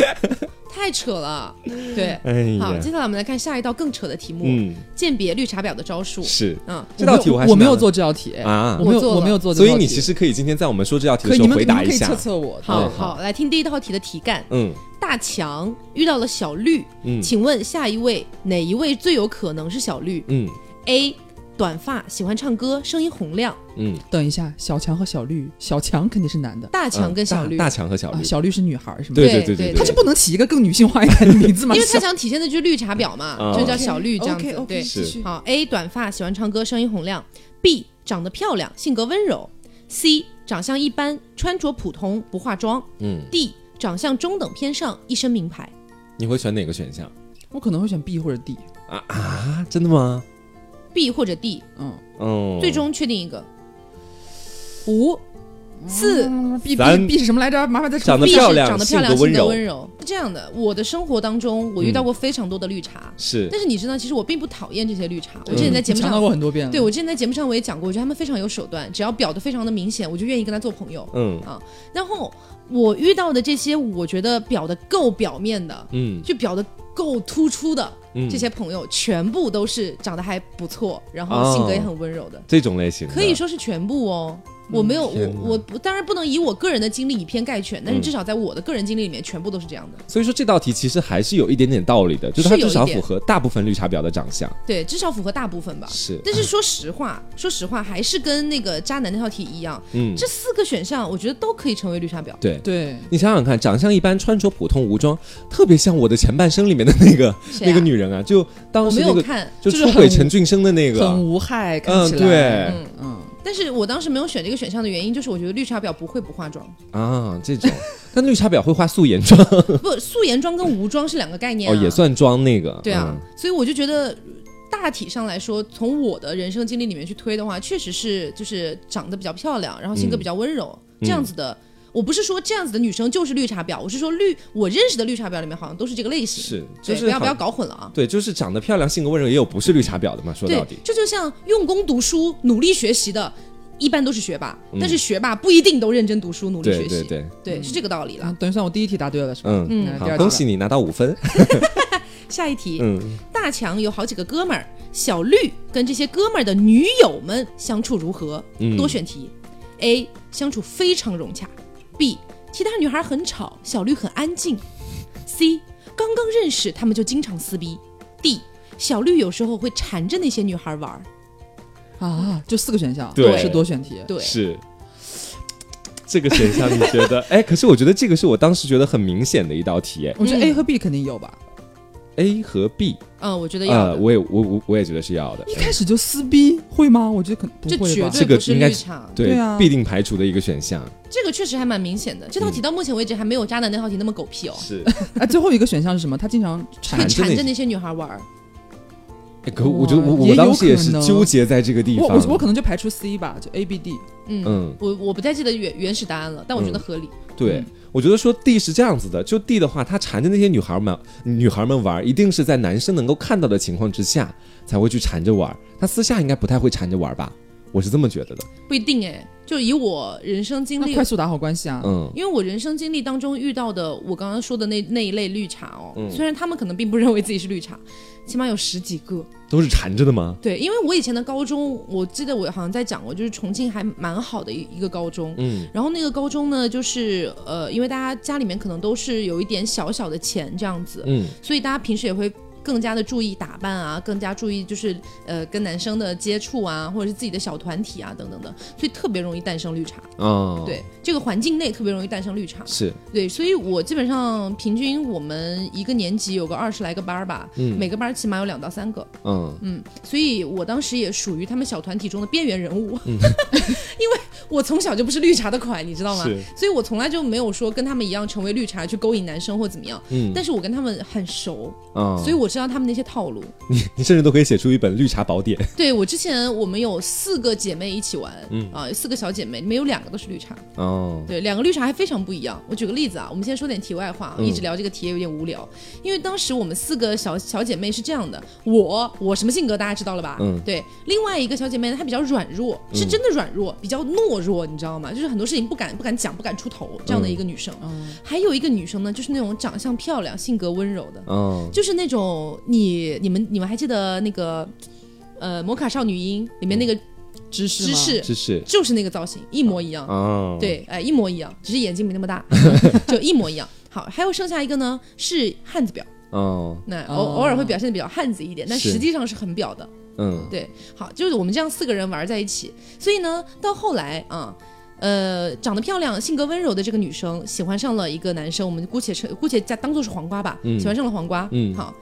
太扯了。对，
哎
好，
呀
接，下来我们来看下一道更扯的题目：
嗯，
鉴别绿茶婊的招数。
是
嗯，
这道题
我
还是
没有我没有
蛮
做这道题，哎
啊
我，没
我做
有
了
我没有做这
所
道题，
以你其实可以今天在我们说这道题
可
的
以
时
你
候
们
回
你
答
们
一
可以
下嗯
测。测我，
好
对好
好来听第一道题的题干：
嗯
大强遇到了小绿，
嗯
请问下一位哪一位最有可能是小绿
嗯
？A. 短发，喜欢唱歌，声音洪亮。
嗯，
等一下，小强和小绿，小强肯定是男的
大强跟小
嗯
绿，
大大强和小
啊，
绿，
小绿是女孩儿是吗？
对
对
对
对对
对，
他就不能起一个更女性化一点的名字吗？
因为他想体现的就是绿茶婊嘛，
嗯
就叫小绿这样子。
OK，
对，
是继续
好，A 短发，喜欢唱歌，声音洪亮。B 长得漂亮，性格温柔。C 长相一般，穿着普通，不化妆。
嗯，
D 长相中等偏上，一身名牌。
你会选哪个选项
我可能会选 B 或者 D。
啊啊？真的吗？
B 或者 D，、
嗯，
嗯，
最终确定一个。五、四、
B
咱
B B 是什么来着？麻烦再
长得
B 是
漂亮
长得漂亮，
性格温
性格
柔嗯
温柔。是这样的，我的生活当中，我遇到过非常多的绿茶，
是
但是你知道，其实我并不讨厌这些绿茶。我
嗯
之前在节目
强
上
调过很多遍了。
对我之前在节目上我也讲过，我觉得他们非常有手段，只要表的非常的明显，我就愿意跟他做朋友。
嗯
然后我遇到的这些，我觉得表的够表面的，
嗯
就表的够突出的
嗯，
这些朋友，全部都是长得还不错，然
哦
后性格也很温柔的，
这种类型的
可以说是全部哦。我没有，我
嗯天哪
我不当然不能以我个人的经历以偏概全，但是
嗯
至少在我的个人经历里面，全部都是这样的。
所以说这道题其实还是有一点点道理的，就是它
是有
至
一
少
点
符合大部分绿茶婊的长相。
对，至少符合大部分吧。
是，
但是说实话，说实话，还是跟那个渣男那套题一样，
嗯，
这四个选项我觉得都可以成为绿茶婊。
对。
对，
你想想看，长相一般，穿着普通无装，特别像我的前半生里面的那个、
谁啊
那个女人啊，就当
我
时
没
那
有
个
看，
就
就是
出轨陈俊生的那
很
个，
无害，看
嗯，
起来。
对
嗯，
嗯，
但是我当时没有选这个选项的原因就是，我觉得绿茶婊不会不化
<laughs>
妆，
啊，这种。但绿茶婊会化素颜
<laughs>
妆哦，
不素颜妆跟无妆是两个概念、啊，
也算妆那个。嗯
对啊，所以我就觉得。大体上来说，从我的人生经历里面去推的话，确实是就是长得比较漂亮，然后性格比较温柔、
嗯
这样子的。我不是说这样子的女生就是绿茶婊，我是说绿我认识的绿茶婊里面好像都是这个类
嗯，
型。
是，就
对，
是
不要不
好
要搞混了啊。
对，就是长得漂亮、性格温柔，也有不是绿茶婊的嘛。说
对
到底，，
这就像用功读书、努力学习的，一般都是学霸，
嗯
但是学霸不一定都认真读书、努力
对
学习。
对嗯对，
对是这个道理
啊
了。
等于算我第一题答对了是吧？
嗯，
嗯
第二
好，
题
恭
吧
喜你拿到五分。
下一题，
嗯，
大强有好几个哥们儿，小绿跟这些哥们儿的女友们相处如何？
嗯
多选题：A. 相处非常融洽；B. 其他女孩很吵，小绿很安静；C. 刚刚认识他们就经常撕逼；D. 小绿有时候会缠着那些女孩玩儿。
啊，就四个选项，
对
是多选题。
对，
是。这个选项你觉得？ <laughs> 哎，可是我觉得这个是我当时觉得很明显的一道题，哎
我觉得
嗯
A 和 B 肯定有吧，
嗯，A 和 B，
嗯，我觉得要
啊，
的。
我也我我我也觉得是要的
一，开始就撕逼会吗？我觉得可不
这
会
绝
吧。
对
这个
不是
应该
绿
是
茶，
对
对啊
必定排除的一个选项
这个确实还蛮明显的。这
嗯
道题到目前为止还没有渣男那道题那么狗屁哦，
是。
啊，最后一个选项是什么？他经常
会
缠
缠着
缠
那
着那些女孩玩儿。
哎可我觉得
哇
我
也
我
有
当时也是
可能
纠结在这个地
我
方，
我我可能就排除 C 吧，就 A B D。
嗯，
嗯，
我我不太记得原原始答案了，但我觉得合理。
嗯
对，我觉得说 D 是这样子的，就 D 的话，他缠着那些女孩们，女孩们玩儿，一定是在男生能够看到的情况之下才会去缠着玩儿，他私下应该不太会缠着玩儿吧，我是这么觉得的。
不一定哎，就以我人生经
那
历
快，速打好关系啊！
嗯，
因为我人生经历当中遇到的我刚刚说的那那一类绿茶哦，
嗯
虽然他们可能并不认为自己是绿茶，起码有十几个。
都是缠着的吗？
对，因为我以前的高中，我记得我好像在讲过，就是重庆还蛮好的一一个高中。
嗯
然后那个高中呢，就是呃，因为大家家里面可能都是有一点小小的钱这样子，
嗯
所以大家平时也会更加的注意打扮啊，更加注意就是呃跟男生的接触啊，或者是自己的小团体啊等等的，所以特别容易诞生绿茶。
哦，
对，这个环境内特别容易诞生绿茶。
是
对，所以我基本上平均我们一个年级有个二十来个班儿吧，
嗯
每个班儿起码有两到三个，
嗯
嗯，所以我当时也属于他们小团体中的边缘人物，
嗯
<laughs> 因为我从小就不是绿茶的款，你知道吗？
是
所以我从来就没有说跟他们一样成为绿茶去勾引男生或怎么样，
嗯
但是我跟他们很熟，
啊，
所以我知道他们那些套路。
你甚至都可以写出一本绿茶宝典。
对我之前我们有四个姐妹一起玩，
嗯
啊、四个小姐妹，里面有两个都是绿茶，
哦，
对，两个绿茶还非常不一样。我举个例子啊，我们先说点题外话啊，
嗯
一直聊这个题也有点无聊，因为当时我们四个小小姐妹是这样的，我我什么性格大家知道了吧？
嗯
对，另外一个小姐妹呢，她比较软弱，是真的软弱，比较懦弱，你知道吗？就是很多事情不敢不敢讲，不敢出头这样的一个女生。
嗯，
还有一个女生呢，就是那种长相漂亮、性格温柔的，
哦，
就是那种你你们你们还记得那个呃《摩卡少女樱》里
嗯
面那个
知识
芝
吗
士，
知识
就是那个造型一模一样。
哦，，
对，哎，一模一样，只是眼睛没那么
<laughs>
大，就一模一样。好，还有剩下一个呢，是汉子婊，
哦，
那偶、
哦
偶尔会表现的比较汉子一点，但
是
实际上是很婊的。
嗯
对，好，就是我们这样四个人玩在一起，所以呢，到后来啊。呃，长得漂亮、性格温柔的这个女生喜欢上了一个男生，我们姑且称姑且再当做是黄瓜吧，
嗯
喜欢上了黄瓜。
嗯
好，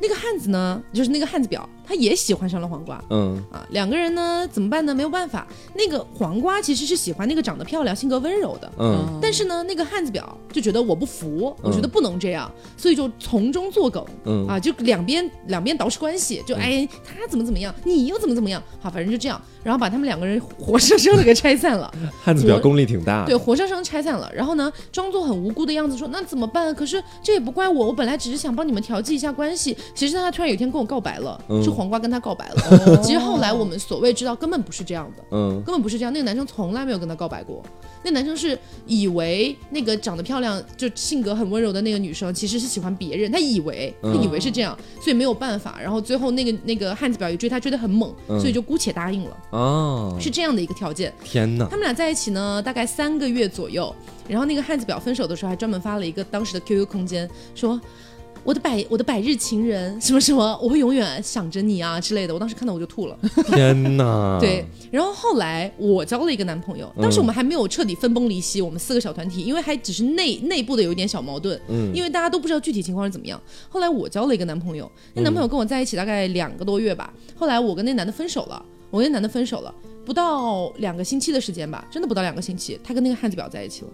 那个汉子呢，就是那个汉子婊，他也喜欢上了黄瓜。
嗯
啊，两个人呢怎么办呢？没有办法，那个黄瓜其实是喜欢那个长得漂亮、性格温柔的。
嗯，
但是呢，那个汉子婊就觉得我不服，我觉得
嗯
不能这样，所以就从中作梗，
嗯
啊，就两边两边捯饬关系，就
嗯
哎他怎么怎么样，你又怎么怎么样，好，反正就这样，然后把他们两个人活生生的给拆散
<laughs>
了，
汉子表功力挺大。
对，活生生拆散了。然后呢，装作很无辜的样子说那怎么办？可是这也不怪我，我本来只是想帮你们调剂一下关系，谁知道他突然有一天跟我告白了，
嗯
是黄瓜跟他告白了。
<laughs>
哦
其实后来我们所谓知道根本不是这样的。
嗯
根本不是这样，那个男生从来没有跟她告白过。那男生是以为那个长得漂亮、就性格很温柔的那个女生其实是喜欢别人，他以为他
嗯
以为是这样，所以没有办法。然后最后那个那个汉子表也追她追得很猛，
嗯
所以就姑且答应了，
哦，
是这样的一个条件。
天哪
他，们俩在一起呢，大概三个月左右。然后那个汉子表分手的时候，还专门发了一个当时的 QQ 空间，说我的百我的百日情人什么什么，我会永远想着你啊之类的。我当时看到我就吐了。
天哪，
<laughs> 对，，然后后来我交了一个男朋友，当时
嗯
我们还没有彻底分崩离析，我们四个小团体，因为还只是内内部的有一点小矛盾，
嗯
因为大家都不知道具体情况是怎么样。后来我交了一个男朋友，那男朋友跟我在一起大概两个多月吧，后来我跟那男的分手了，我跟那男的分手了。不到两个星期的时间吧，真的不到两个星期，他跟那个汉子表在一起了。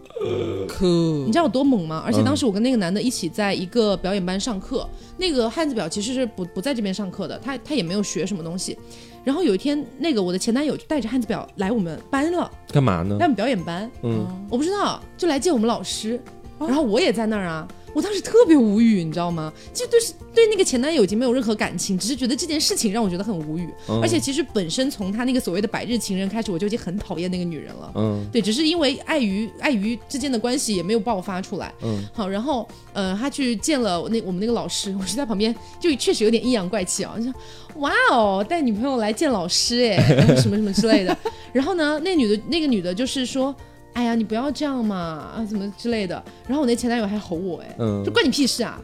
可
你知道有多猛吗？而且当时我跟那个男的一起在一个表演班上课，那个汉子表其实是不不在这边上课的，他他也没有学什么东西。然后有一天，那个我的前男友就带着汉子表来我们班了，
干嘛呢
来我？们表演班，
嗯
我不知道，就来见我们老师，然后我也在那儿啊。我当时特别无语，你知道吗？其实对对那个前男友已经没有任何感情，只是觉得这件事情让我觉得很无语。
嗯
而且其实本身从他那个所谓的百日情人开始，我就已经很讨厌那个女人了。
嗯
对，只是因为碍于碍于之间的关系也没有爆发出来。
嗯，
好，然后呃，他去见了我那我们那个老师，我是在旁边就确实有点阴阳怪气啊，就说哇哦，带女朋友来见老师哎，然后什么什么之类
<laughs>
的。然后呢，那女的那个女的就是说，哎呀，你不要这样嘛啊，怎么之类的。然后我那前男友还吼我哎，
嗯
就关你屁事啊。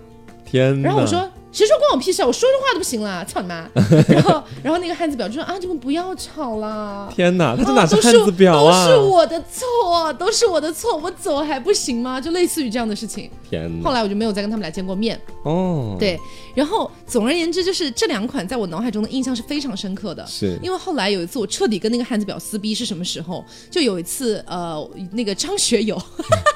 天哪，
然后我说。谁说关我屁事啊！我说这话都不行啦，操你
<laughs>
妈！然后，然后那个汉字表就说啊，你们不要吵啦。
天哪，他这
啊
哪是
都
汉字表啊？
都是我的错，都是我的错，我走还不行吗？就类似于这样的事情。
天
后
哪，
来我就没有再跟他们俩见过面。
哦，，
对，然后总而言之，就是这两款在我脑海中的印象是非常深刻的。
是
因为后来有一次我彻底跟那个汉子表撕逼是什么时候？就有一次，呃，那个张学友， <laughs>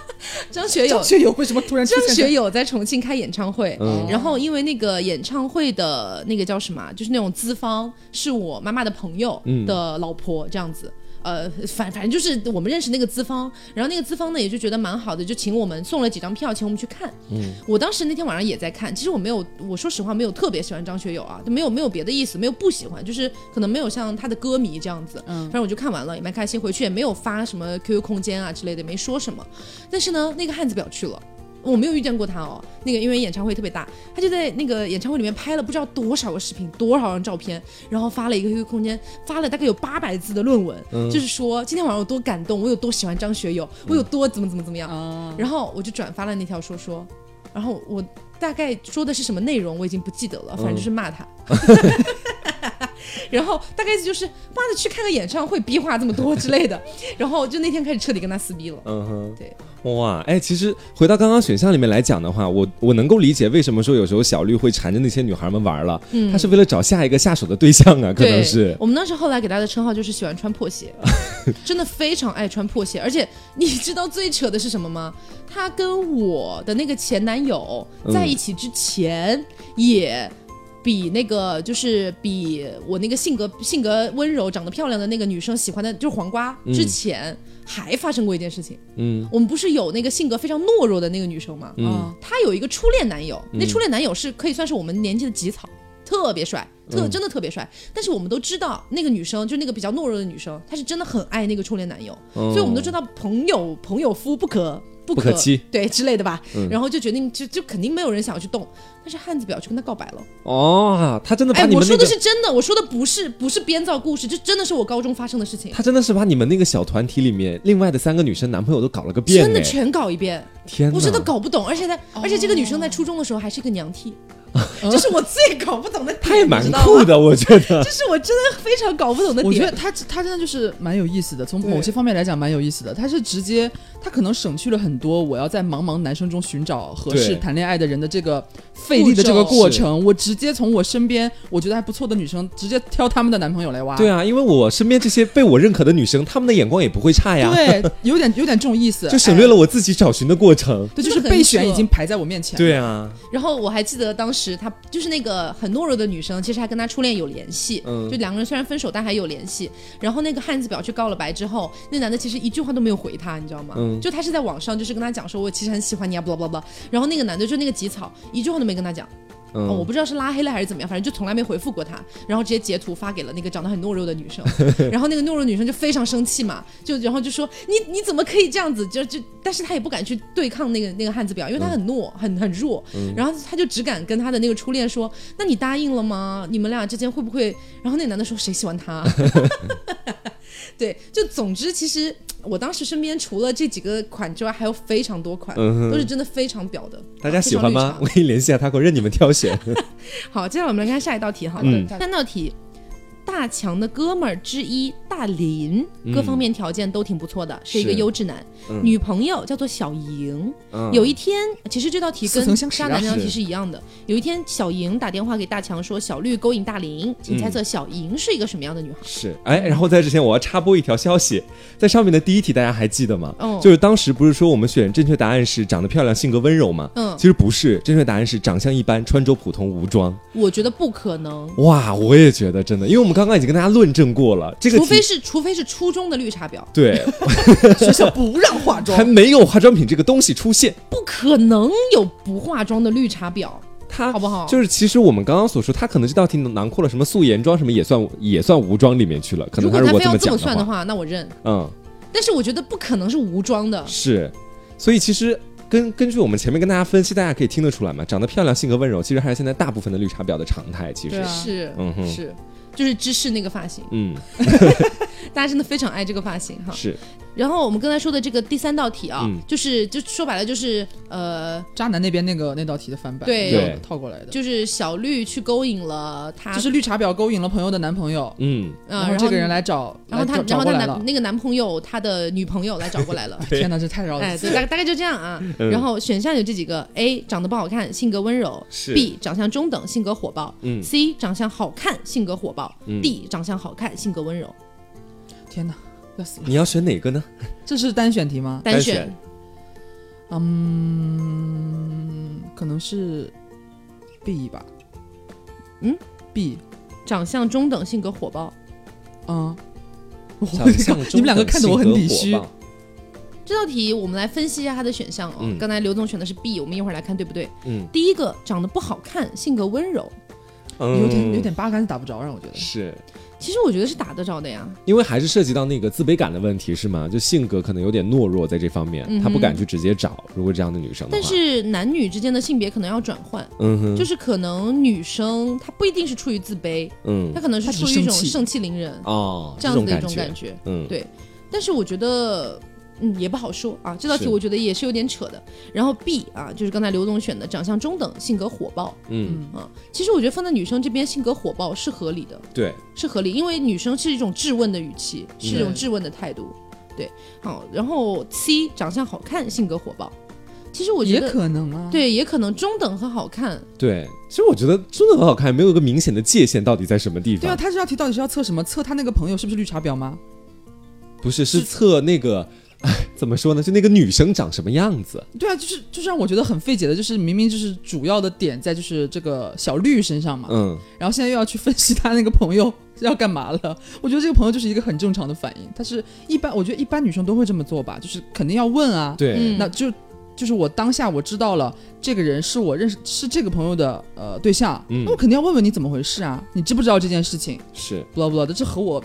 张学友
张，学友为什么突然出
张
现在
学友在重庆开演唱会，
嗯
然后因为那个演唱会的那个叫什么啊，就是那种资方是我妈妈的朋友的老婆这样子。呃，反反正就是我们认识那个资方，然后那个资方呢也就觉得蛮好的，就请我们送了几张票，请我们去看。嗯，我当时那天晚上也在看，其实我没有，我说实话没有特别喜欢张学友啊，就没有没有别的意思，没有不喜欢，就是可能没有像他的歌迷这样子。嗯，反正我就看完了，也蛮开心，回去也没有发什么 QQ 空间啊之类的，没说什么。但是呢，那个汉子表去了。我没有遇见过他哦，那个因为演唱会特别大，他就在那个演唱会里面拍了不知道多少个视频，多少张照片，然后发了一个 QQ 空间，发了大概有八百字的论文，就是说今天晚上有多感动，我有多喜欢张学友，我有多怎么怎么怎么样。
啊？
然后我就转发了那条说说，然后我大概说的是什么内容我已经不记得了，反正就是骂他。然后大概意思就是妈的去看个演唱会，逼话这么多之类的。然后就那天开始彻底跟他撕逼了。
嗯哼，
对，
哇，哎，其实回到刚刚选项里面来讲的话，我我能够理解为什么说有时候小绿会缠着那些女孩们玩了，嗯，她是为了找下一个下手的对象啊，可
对，
能是，
我们当时后来给他的称号就是喜欢穿破
<laughs>
鞋，真的非常爱穿破鞋。而且你知道最扯的是什么吗？他跟我的那个前男友在一起之前，也比那个就是比我那个性格性格温柔、长得漂亮的那个女生喜欢的，就是黄瓜之前。还发生过一件事情，
嗯
我们不是有那个性格非常懦弱的那个女生吗？
嗯
她哦有一个初恋男友，那初恋男友是可以算是我们年纪的极草，特别帅，
嗯
特真的特别帅。但是我们都知道，那个女生就那个比较懦弱的女生，她是真的很爱那个初恋男友，
哦
所以我们都知道朋友朋友夫不可。不
不
可
可欺，嗯
对之类的吧，然后就决定就就肯定没有人想要去动，但是汉子表去跟他告白了。
哦，她真的把
哎，
你
我
们那
说的
个，
是真的，我说的不是不是编造故事，这真的是我高中发生的事情，
她真的是把你们那个小团体里面另外的三个女生男朋友都搞了个遍
真的
哎，
全搞一遍。
天哪，哦
我真的搞不懂，而且在而且这个女生在初中的时候还是一个娘替， <laughs> 这是我最搞不懂的点，
太啊蛮
你知道吗
酷，的，我觉得，
这 <laughs> 是我啊真的非常搞不懂的点。
我觉得他他真的就是蛮有意思的，从某些方面来讲蛮有意思的。他是直接，他可能省去了很多我要在茫茫男生中寻找合适
对
谈恋爱的人的这个费力的这个过程。我直接从我身边我觉得还不错的女生，直接挑她们的男朋友来挖。
对啊，因为我身边这些被我认可的女生，她们的眼光也不会差呀，
对，有点有点这种意思，
就省略了我自己找寻的过程，
对，
真
就
的
是
很
备选
扯
已经排在我面
哎
前。
对啊，
然后我还记得当时她就是那个很懦弱的女生，其实还跟她初恋有联系，
嗯
就两个人虽然分手，但还有联系。然后那个汉子表去告了白之后，那男的其实一句话都没有回她，你知道吗？
嗯
就他是在网上就是跟她讲说，我其实很喜欢你啊，不啦不啦不啦。然后那个男的就那个吉草，一句话都没跟她讲。
嗯，
哦，我不知道是拉黑了还是怎么样，反正就从来没回复过他，然后直接截图发给了那个长得很懦弱的
<laughs>
女生，然后那个懦弱女生就非常生气嘛，就然后就说你你怎么可以这样子，就就，但是她也不敢去对抗那个那个汉子表，因
嗯
为她很懦、很很弱，然后她就只敢跟她的那个初恋说，那你答应了吗？你们俩之间会不会？然后那个男的说谁喜欢
<laughs>
他？ <laughs> 对，就总之其实。我当时身边除了这几个款之外，还有非常多款，
嗯哼
都是真的非常表的。
大家喜欢
非常
吗
绿茶？
<laughs> 我可以联系下他，给我任你们挑选。
好，接下来我们来看下一道题哈。
嗯
三道题，大强的哥们儿之一大林，各方面条件都挺不错的，是一个
嗯是
优质男。
嗯
女朋友叫做小莹。
嗯
有一天，其实这道题
似
跟
曾相识
渣
啊
男那道题
是
是一样的。有一天，小莹打电话给大强说，小绿勾引大林，请
嗯
猜测小莹是一个什么样的女孩？
是，哎，然后在之前我要插播一条消息，在上面的第一题大家还记得吗？
嗯
就是当时不是说我们选正确答案是长得漂亮、性格温柔吗？
嗯
其实不是，正确答案是长相一般、穿着普通、无装。
我觉得不可能。
哇，我也觉得真的，因为我们刚刚已经跟大家论证过了，这个
除非
题
是除非是初中的绿茶婊，
对
学校不让化妆
还，没有化妆品这个东西出现。
不可能有不化妆的绿茶婊，
它
好不好？
啊就是其实我们刚刚所说，它可能这道题囊括了什么素颜妆什么也算也算无妆里面去了，可
如
能
果
它如
他
果
非
这
要
么
这
讲
么算的
话，
话，那我认。
嗯，
但是我觉得不可能是无妆的，
是，所以其实根根据我们前面跟大家分析，大家可以听得出来嘛，长得漂亮、性格温柔，其实还是现在大部分的绿茶婊的常态。其实
对，啊
是
嗯哼
是，就是芝士那个发型，
嗯，
大家真的非常爱这个发型哈。
是，
然后我们刚才说的这个第三道题啊，
嗯
就是就说白了就是呃，
渣男那边那个那道题的翻版，
对
对
套过来的，
就是小绿去勾引了他，
就是绿茶婊勾引了朋友的男朋友，
嗯，。
呃、
后
然
这
后
个人来找，
然后
来
他
找
然
找
后
过
他
来
男
了。
那个男朋友他的女朋友来找过来
<laughs>
了
<laughs> 对
天哪，这太绕了。
哎，对，大大概就这样啊。
嗯
然后选项有这几个：A 长得不好看，性格温柔
是
；B 长相中等，性格火爆
嗯
；C 长相好看，性格火爆
嗯
；D 长相好看，性格温柔。
天哪，要死了！
嗯你要选哪个呢？
这是单选题吗？
单
选
选
嗯，可能是 B 吧。
嗯
，B，
长相中等，性格火爆。
嗯。我
长相
<laughs> 你们两个看得我很底虚。
这道题我们来分析一下它的选项哦。
嗯
刚才刘总选的是 B，我们一会儿来看对不对。
嗯，
第一个长得不好看，性格温柔，
嗯
有点有点八竿子打不着，让我觉得。
是
其实我觉得是打得着的呀。
因为还是涉及到那个自卑感的问题，是吗？就性格可能有点懦弱，在这方面，
嗯哼
她不敢去直接找。如果这样的女生的
但
话，，
是男女之间的性别可能要转换，
嗯哼，
就是可能女生她不一定是出于自卑，
嗯
她可能是
她只
出
是
于一种
生气
盛气凌人
哦，
这样子的一
种
种
感
感，觉。
嗯，
对但是我觉得。嗯，也不好说啊。这道题
是
我觉得也是有点扯的。然后 B 啊，就是刚才刘总选的，长相中等，性格火爆
嗯，
嗯，
啊。其实我觉得放在女生这边，性格火爆是合理的。
对，
是合理，因为女生是一种质问的语气，是一种质问的态度。对，好，然后 C 长相好看，性格火爆。其实我觉
也
得
可能啊。，
对，也可能中等和好看。
对。其实我觉得真的很好看，没有一个明显的界限，到底在什么地
对啊，
方？
他这道题到底是要测什么？测他那个朋友是不是绿茶婊吗？
不是，是测那个， <laughs> 哎，怎么说呢？就那个女生长什么样子？
对啊，就是就是让我觉得很费解的，就是明明就是主要的点在就是这个小绿身上嘛，
嗯，
然后现在又要去分析他那个朋友 <laughs> 要干嘛了。我觉得这个朋友就是一个很正常的反应，但是一般我觉得一般女生都会这么做吧，就是肯定要问啊。
对
嗯，
那就就是我当下我知道了这个人是我认识是这个朋友的呃对象，
嗯
那我肯定要问问你怎么回事啊，你知不知道这件事情？
是
不啦不啦的，这和我，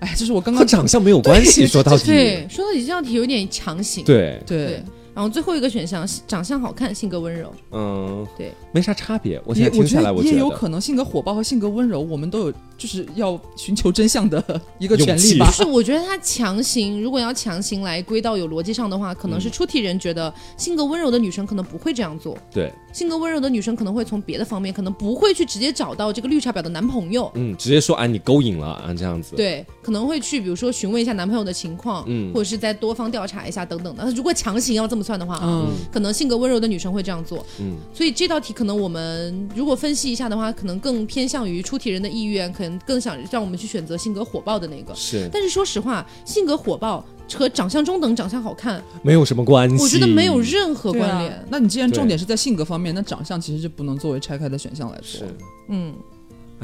哎，这是我刚
和
刚
长相没有关系，说到底，
对，说到底这道题有点强行。
对，
对。
然后最后一个选项，长相好看，性格温柔。
嗯，
对，
没啥差别。我现
也
在听下来，
我
我觉
也有
得
可能性格火爆和性格温柔，我们都有就是要寻求真相的 <laughs> 一个权
勇气
利吧
就。 <laughs> 是我觉得他强行，如果要强行来归到有逻辑上的话，可能是出题人觉得性格温柔的女生可能不会这样做，
对，
性格温柔的女生可能会从别的方面，可能不会去直接找到这个绿茶婊的男朋友。
嗯，直接说啊，你勾引了啊，这样子。
对，可能会去比如说询问一下男朋友的情况，
嗯
或者是再多方调查一下等等的。如果强行要这么算的话，
嗯，
可能性格温柔的女生会这样做。
嗯，
所以这道题可能我们如果分析一下的话，可能更偏向于出题人的意愿，可能更想让我们去选择性格火爆的那个。
是
但是说实话，性格火爆和长相中等、长相好看，
没有什么关系。
我觉得没有任何
对啊
关联。
那你既然
对
重点是在性格方面，那长相其实就不能作为拆开的选项来说
是。
嗯，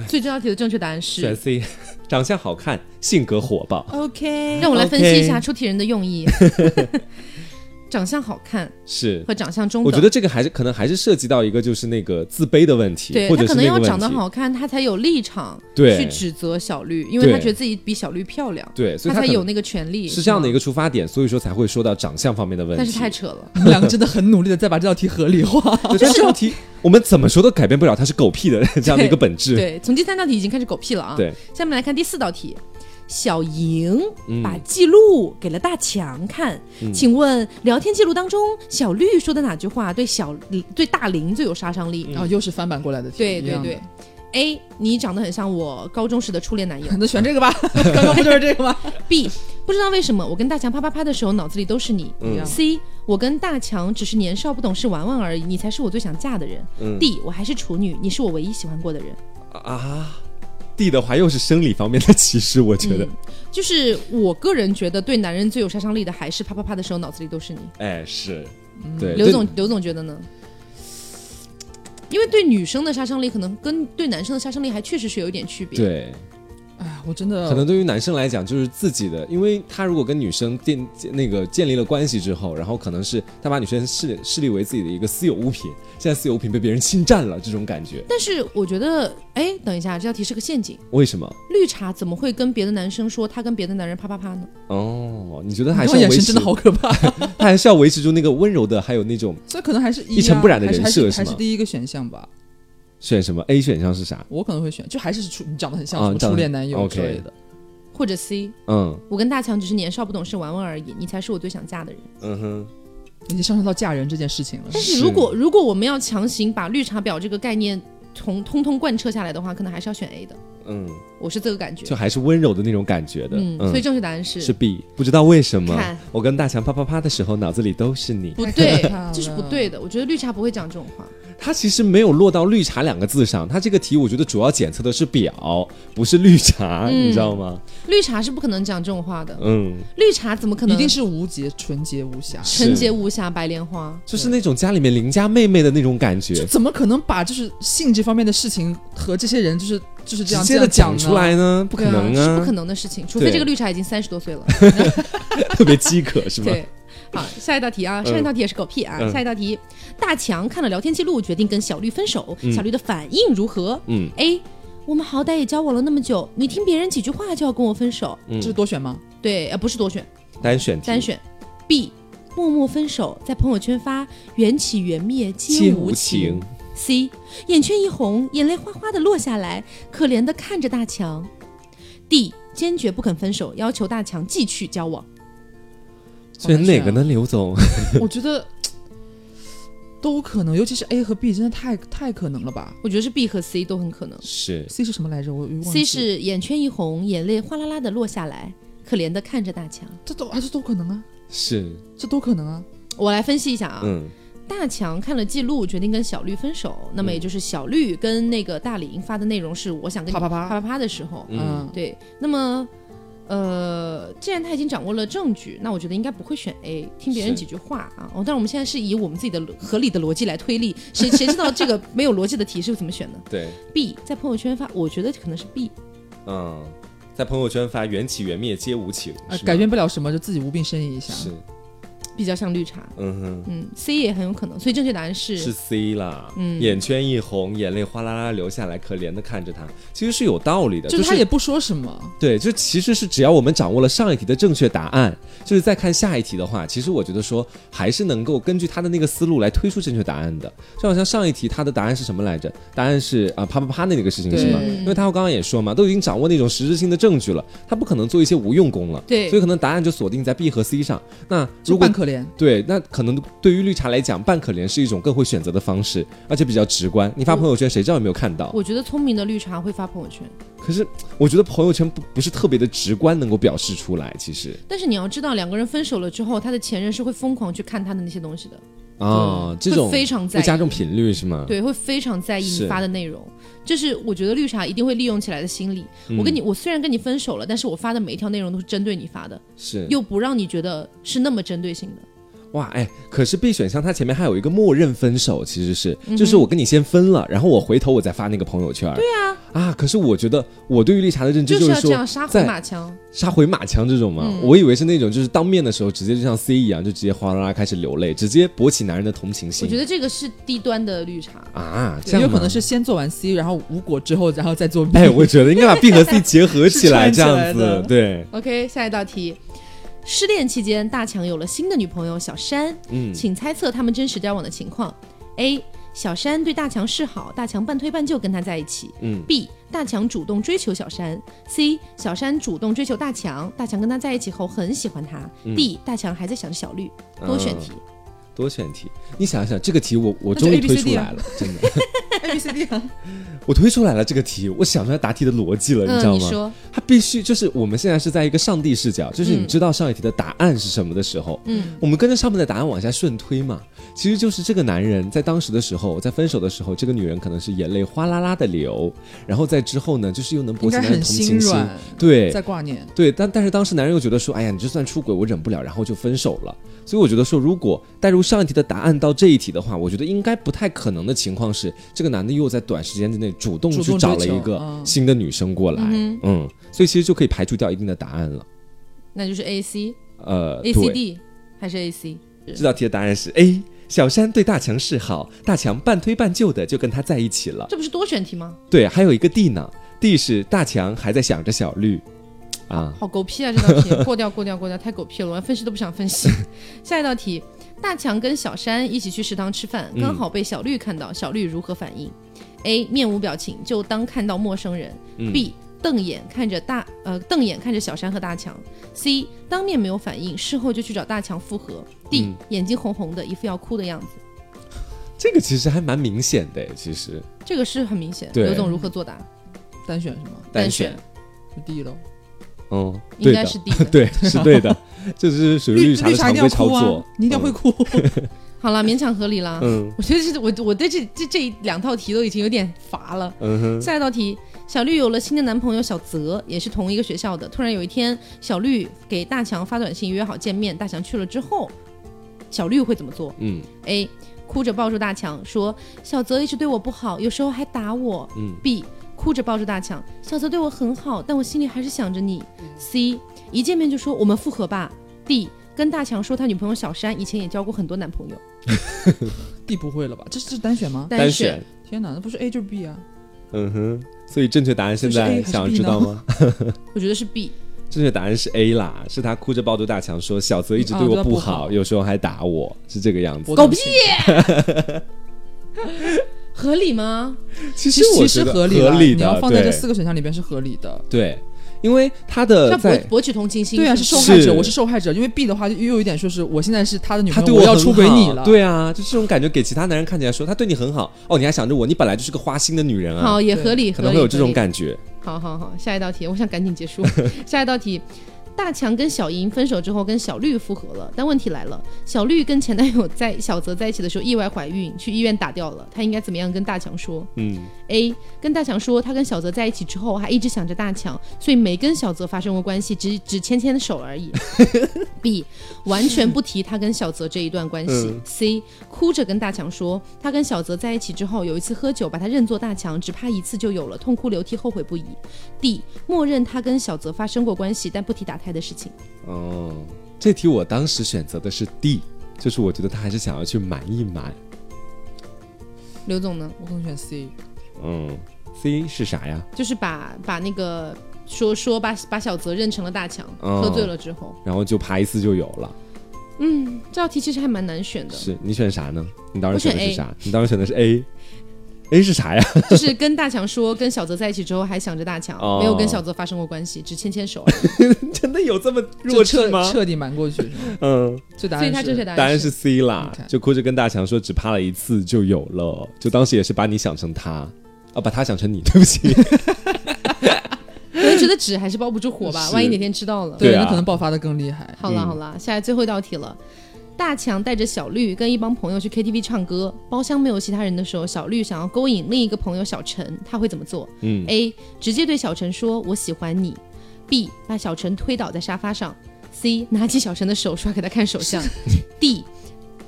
所以这道题的正确答案是。
选 C，长 <laughs> 相好看，性格火爆，
OK，
让我来分析一下
OK
出题人的用
<laughs>
意。长相好看
是。
和长相中
我
等，
觉得这个还是可能还是涉及到一个就是那个自卑的问题，
对
或
他
者
可
是
能
那个
要
问题。
长得好看，他才有立场去
对
指责小绿，因为他
对
觉得自己比小绿漂亮，
对，所以
才
可能
有那个权利。
是这样的一
个，
个出发点，所以说才会说到长相方面的问题。
但是太扯了。
你们两个真的很努力的在把这道题合理化。
<laughs> 对但是这
<laughs>
道题我们怎么说都改变不了它是狗屁的这样的一个本质。
对，从第三道题已经开始狗屁了啊。
对，
下面来看第四道题。小莹
嗯
把记录给了大强看，请问聊天记录当中，小绿说的哪句话对小对大林最有杀伤力？哦
然后嗯又是翻版过来的题，
对
一
对
样的
对。，A，你长得很像我高中时的初恋男友。
那选这个吧， <laughs> 刚刚不就是这个吗？
B，不知道为什么我跟大强啪啪啪的时候脑子里都是你。
嗯
一样
C，我跟大强只是年少不懂事玩玩而已，你才是我最想嫁的人。
嗯
D，我还是处女，你是我唯一喜欢过的人。
啊，D 的话又是生理方面的歧视，我
嗯
觉得，
就是我个人觉得对男人最有杀伤力的还是啪啪啪的时候脑子里都是你。
哎是，对。
刘
对
总，刘总觉得呢？因为对女生的杀伤力可能跟对男生的杀伤力还确实是有一点区别。嗯
对，
哎，我真的
可能对于男生来讲，就是自己的，因为他如果跟女生建建那个建立了关系之后，然后可能是他把女生视视立为自己的一个私有物品，现在私有物品被别人侵占了，这种感觉。
但是我觉得，哎，等一下，这道题是个陷阱。
为什么？
绿茶怎么会跟别的男生说他跟别的男人啪啪啪呢？
哦，你觉得还
你
是
看我
要
眼
维
神
持
真的好
<laughs>
可怕，
他还是要维持住那个温柔的，还有那种
所以可能还是一
一尘
啊
不染的
还是
人
还是
设是
还是
吗
第一个选项吧。
选什么 A 选项是啥？
我可能会选，就还是初你长得很像
啊
什么
长
初
得
恋男友
OK
之类的。
或者 C，
嗯
我跟大强只是年少不懂事玩玩而已，你才是我最想嫁的人。
嗯哼，
已经上升到嫁人这件事情了。
但
是
是如果如果我们要强行把绿茶婊这个概念从通通贯彻下来的话，可能还是要选 A 的。
嗯，
我是这个感觉。
就还是温柔的那种感觉的。
嗯，所以正确答案是
是 B，不知道为什么
看，
我跟大强啪啪啪的时候，脑子里都是你。
不对
太可怕，了
这是不对的。我觉得绿茶不会讲这种话。
他其实没有落到“绿茶”两个字上，他这个题我觉得主要检测的是表，不是绿茶，
嗯
你知道吗？
绿茶是不可能讲这种话的，
嗯，
绿茶怎么可能？
一定是无节纯洁无瑕，
纯洁无瑕白莲花。
就是那种家里面邻家妹妹的那种感
就
觉，
怎么可能把就是性这方面的事情和这些人就是就是这
直
样
接的
这
讲
样呢
出？来呢，不
不
可能
啊，这是不
啊
可，能的事情，除
对
非这个绿茶已经三十多岁了。
啊
<laughs> 特别饥渴是
<laughs>
吧？
对，好，下一道题啊，上一道题也是狗屁啊。
嗯
下一道题，大强看了聊天记录，决定跟小绿分手，小绿的反应如何、
嗯，
a 我们好歹也交往了那么久，你听别人几句话就要跟我分手？
嗯
这是多
<laughs>
选吗？
对，呃，不是多选，
单选题，
单选。B，默默分手，在朋友圈发缘起缘灭皆无情。
情，
C，眼圈一红，眼泪哗哗的落下来，可怜的看着大强。D，坚决不肯分手，要求大强继续交往。
所以
好难
哪
选啊
个呢？刘
<laughs>
总，
我觉得都可能，尤其是 A 和 B 真的太太可能了吧
我觉得是 B 和 C 都很可能。
是
？C 是什么来着？我我忘记
C 是眼圈一红，眼泪哗啦啦的落下来，可怜的看着大强。
这都还是都可能啊，
是，
这都可能啊。
我来分析一下啊，
嗯
大强看了记录，决定跟小绿分手。那么也就是小绿跟那个大林发的内容是“我想跟你
啪啪啪
啪啪啪”的时候，
嗯，
啊
对。那么，呃，既然他已经掌握了证据，那我觉得应该不会选 A，听别人
是
几句话啊。哦，但是我们现在是以我们自己的合理的逻辑来推理，谁谁知道这个没有逻辑的题是怎么选的
对，
？B 在朋友圈发，我觉得可能是 B。
嗯，在朋友圈发缘起缘灭皆无情，
呃
是吗
改变不了什么，就自己无病呻吟一下。
是，
比较像绿茶，
嗯哼。
嗯，C 也很有可能，所以正确答案是嗯
是 C 啦，
嗯
眼圈一红，眼泪哗啦啦流下来，可怜的看着他，其实是有道理的，
就是是他也不说什么，
对，就其实是只要我们掌握了上一题的正确答案，就是再看下一题的话，其实我觉得说还是能够根据他的那个思路来推出正确答案的。就好像上一题他的答案是什么来着？答案是啊、啪啪啪的那个事情是吗？
对
因为他刚刚也说嘛，都已经掌握那种实质性的证据了，他不可能做一些无用功了。
对
所以可能答案就锁定在 B 和 C 上。那
就
如果
扮可怜。
对，那可能对于绿茶来讲，扮可怜是一种更会选择的方式，而且比较直观。你发朋友圈，谁知道有没有看到？
我觉得聪明的绿茶会发朋友圈，
可是我觉得朋友圈不不是特别的直观，能够表示出来。其实
但是你要知道，两个人分手了之后，他的前任是会疯狂去看他的那些东西的，
啊、这种
会非常在
会
意
加重频率是吗？，
对，会非常在意
是
你发的内容。这是我觉得绿茶一定会利用起来的心理。
嗯
我跟你，我虽然跟你分手了，但是我发的每一条内容都是针对你发的，
是
又不让你觉得是那么针对性的。
哇哎，可是 B 选项它前面还有一个默认分手，其实是、
嗯
就是我跟你先分了，然后我回头我再发那个朋友圈。对啊，啊，可是我觉得我对于绿茶的认知
就是要这
说
样嗯杀回
在
马枪，
杀回马枪这种吗？我以为是那种，就是当面的时候直接就像 C 一样，就直接哗啦啦开始流泪，直接勃起男人的同情
我
心。
觉得这个是低端的绿茶。
啊，这
也
样
有
吗
可能。是先做完 C，然后无果之后，然后再做 B。
哎，我觉得应该把 B 和 C 结合起来，
<laughs>
这
是串起来
样子
的
对，
OK，下一道题。失恋期间，大强有了新的女朋友小山，
嗯
请猜测他们真实交往的情况。A. 小山对大强示好，大强半推半就跟他在一起。
嗯
B. 大强主动追求小山。C. 小山主动追求大强，大强跟他在一起后很喜欢他。D.
嗯
大强还在想着小绿。
啊
多选题，
多选题。你想一想，这个题我我
那就
终于
A B
推
C
出
D
来
啊
了，真的，
A B C D
<laughs>
啊，
我推出来了这个题，我想出来答题的逻辑了，知
嗯，
道
你
吗？
说，
它必须就是我们现在是在一个上帝视角，就是你
嗯
知道上一题的答案是什么的时候，
嗯，
我们跟着上面的答案往下顺推嘛，其实就是这个男人在当时的时候，在分手的时候，这个女人可能是眼泪哗啦啦的流，然后在之后呢，就是又能
应
博起
该
男人
很
同
心
情心，
软，
对
在挂念。
对，但但是当时男人又觉得说，哎呀，你就算出轨，我忍不了，然后就分手了。所以我觉得说，如果带入上一题的答案到这一题的话，我觉得应该不太可能的情况是，这个男的又在短时间之内主动
主
去
动
找了
追求
一个
嗯
新的女生过来，
嗯
嗯所以其实就可以排除掉一定的答案了。
那就是 A C
呃，
A
对。
C D 还是 A C？
这道题的答案是 A。小山对大强示好，大强半推半就的就跟他在一起了。
这不是多选题吗？
对，还有一个 D 呢，D 是大强还在想着小绿，啊，
好狗屁啊！这道题过掉，过掉，过掉，太狗屁了！我连分析都不想分
<laughs>
析。下一道题，大强跟小山一起去食堂吃饭，
嗯
刚好被小绿看到，小绿如何反应？A. 面无表情，就当看到陌生人。B.
嗯
瞪眼看着大呃瞪眼看着小山和大强。C. 当面没有反应，事后就去找大强复合。D.
嗯
眼睛红红的，一副要哭的样子。
这个其实还蛮明显的，其实
这个是很明显，
对嗯
刘总如何作答？
单选是吗？
单
选，
是 D 喽。
嗯，
应
对
该
的，
是 D 的
<laughs> 对，是对的，这是属于绿茶
绿
的
茶
常
一定要
规操
哭啊
作，，
你一定要会哭。 <laughs>
好了，勉强合理啦。
嗯
我觉得这我我对这这这两套题都已经有点乏了。
嗯哼，
下一道题，小绿有了新的男朋友小泽，也是同一个学校的。突然有一天，小绿给大强发短信约好见面，大强去了之后，小绿会怎么做
嗯
？A. 哭着抱住大强说：“小泽一直对我不好，有时候还打我。
嗯
B. 哭着抱住大强，小泽对我很好，但我心里还是想着你。C.
嗯
一见面就说我们复合吧。D. 跟大强说他女朋友小山以前也交过很多男朋友。
D 不会了吧？这是单选吗？
单
选
选，
天哪，那不是 A 就是 B 啊！
嗯哼，所以正确答案现
就是 A
在
还是
想
B
知道
呢
吗？ <laughs>
我觉得是 B。
正确答案是 A 啦，是他哭着抱住大强说小泽一直
啊
对我
对他
不
不
好，
好
有时候还打我，是这个样子。
我
狗
懂
屁
事，
合理吗？
其
其实
我
其
觉
实
得
合理
合
啦
理的，
你要放在这
对
四个选项里边是合理的。
对，因为他的
要博
呃在
博取同情心。
对啊，是
是
受
不是
害者，
是
我是受害者，因为 B 的话就又有一点说是我现在是他的女
他
朋
对
友，我要
很
出轨
好
你了。
对啊，就这种感觉给其他男人看起来说他对你很好，哦，你还想着我，你本来就是个花心的女人啊，
好，也合理，
可能
合
会
理
有这种。
合
感觉。
理好好好，下一道题，我想赶紧结
<laughs>
束。下一道题，大强跟小莹分手之后跟小绿复合了，但问题来了，小绿跟前男友在小泽在一起的时候意外怀孕，去医院打掉了，她应该怎么样跟大强说
嗯，
？A. 跟大强说，她跟小泽在一起之后还一直想着大强，所以没跟小泽发生过关系，只只牵牵手而
<laughs>
已。B 完全不提他跟小泽这一段关系。
嗯
C 哭着跟大强说，他跟小泽在一起之后，有一次喝酒把他认作大强，只怕一次就有了，痛哭流涕，后悔不已。D 默认他跟小泽发生过关系，但不提打胎的事情。
哦，这题我当时选择的是 D，就是我觉得他还是想要去瞒一瞒。
刘总呢，
我可能选 C，
嗯，C 是啥呀？
就是把把那个说说把把小泽认成了大强，
哦
喝醉了之后，
然后就爬一次就有了，
嗯，这道题其实还蛮难选的，
<laughs> 是你选啥呢？你当时
我选
选的是
A
啥？你当时选的是 A。A 是啥呀？ <laughs>
就是跟大强说跟小泽在一起之后还想着大强，
哦
没有跟小泽发生过关系，只牵牵手而
<laughs>
已，
真的有这么弱
就
智
彻
吗？
彻底瞒过去是吗？
嗯，
所以答
所以他
案
正确
是
答
答案
案
是 C 啦
你，看
就哭着跟大强说只趴了一次就有了，就当时也是把你想成他，啊，把他想成你， <laughs> 对不起，
我就觉得纸还是包不住火吧，
是
万一哪天知道了。
对啊
那可能爆发的更厉害。
好了好了，下来最后一道题了。大强带着小绿跟一帮朋友去 KTV 唱歌，包厢没有其他人的时候，小绿想要勾引另一个朋友小陈，他会怎么做、
嗯
a 直接对小陈说“我喜欢你 ”；B. 把小陈推倒在沙发上；C. 拿起小陈的手刷给他看手相；D.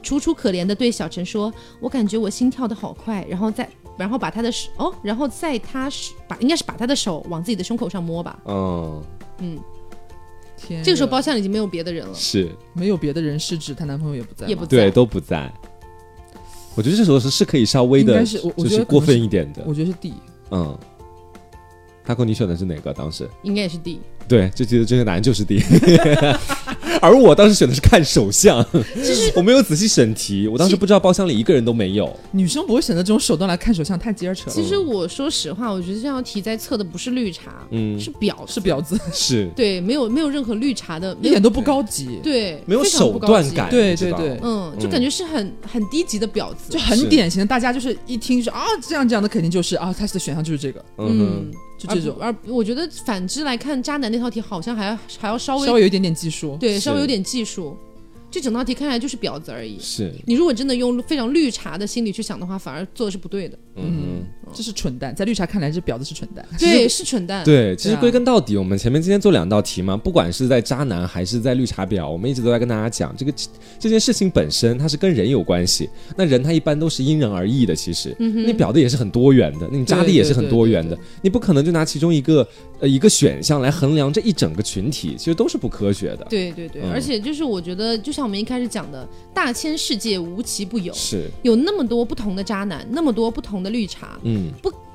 楚楚可怜的对小陈说：“我感觉我心跳的好快。”然后再然后把他的手哦，然后在他手把应该是把他的手往自己的胸口上摸吧。
嗯，
天，
这
嗯
个时候包厢里已经没有别的人了。
是
没有别的人是指她男朋友也不在吗，
也不在
对都不在，我觉得这时候是是可以稍微
应
的，
该是我我
就
觉
是
得
过
可能
分
是
一点的，
我觉得是 D，
嗯。大哥，你选的是哪个？当时
应该也是 D。
对这题的正确答案就是 D，而我当时选的是看手相，我没有仔细审题，我当时不知道包厢里一个人都没有。
女生不会选择这种手段来看手相，太接扯了。
其实我说实话，我觉得这道题在测的不是绿茶，
嗯，
是婊子，
是
<laughs>
婊子，
是
对，没有没有任何绿茶的，
一
没有
点都不高级，
对，
没有
非常
手
不高
段
级
感，
对
你知
对
道
对
吗
嗯，就
嗯
感觉是很很低级的婊子
就，很
是
典型的，大家就是一听说啊这样这样的，肯定就是啊，他的选项就是这个，
嗯哼，
就
而
这
不
种，
而我觉得反之来看，渣男那套题好像还要还要稍微
稍微有一点点技术。
对
是
稍微有点技术，这整道题看起来就是婊子而已。
是，
你如果真的用非常绿茶的心理去想的话，反而做的是不对的。
嗯，
这是蠢蛋，在绿茶看来，这婊子是蠢蛋。
对，是蠢蛋。
对，其实
对啊
归根到底，我们前面今天做两道题嘛，不管是在渣男还是在绿茶婊，我们一直都在跟大家讲，这个这件事情本身它是跟人有关系，那人他一般都是因人而异的。其实，你婊的也是很多元的，你渣的也是很多元的
嗯对对，
你不可能就拿其中一个呃一个选项来衡量这一整个群体，其实都是不科学的。
对对对，
嗯
而且就是我觉得，就像我们一开始讲的，大千世界无奇不有，
是，
有那么多不同的渣男，那么多不同的绿茶，
嗯，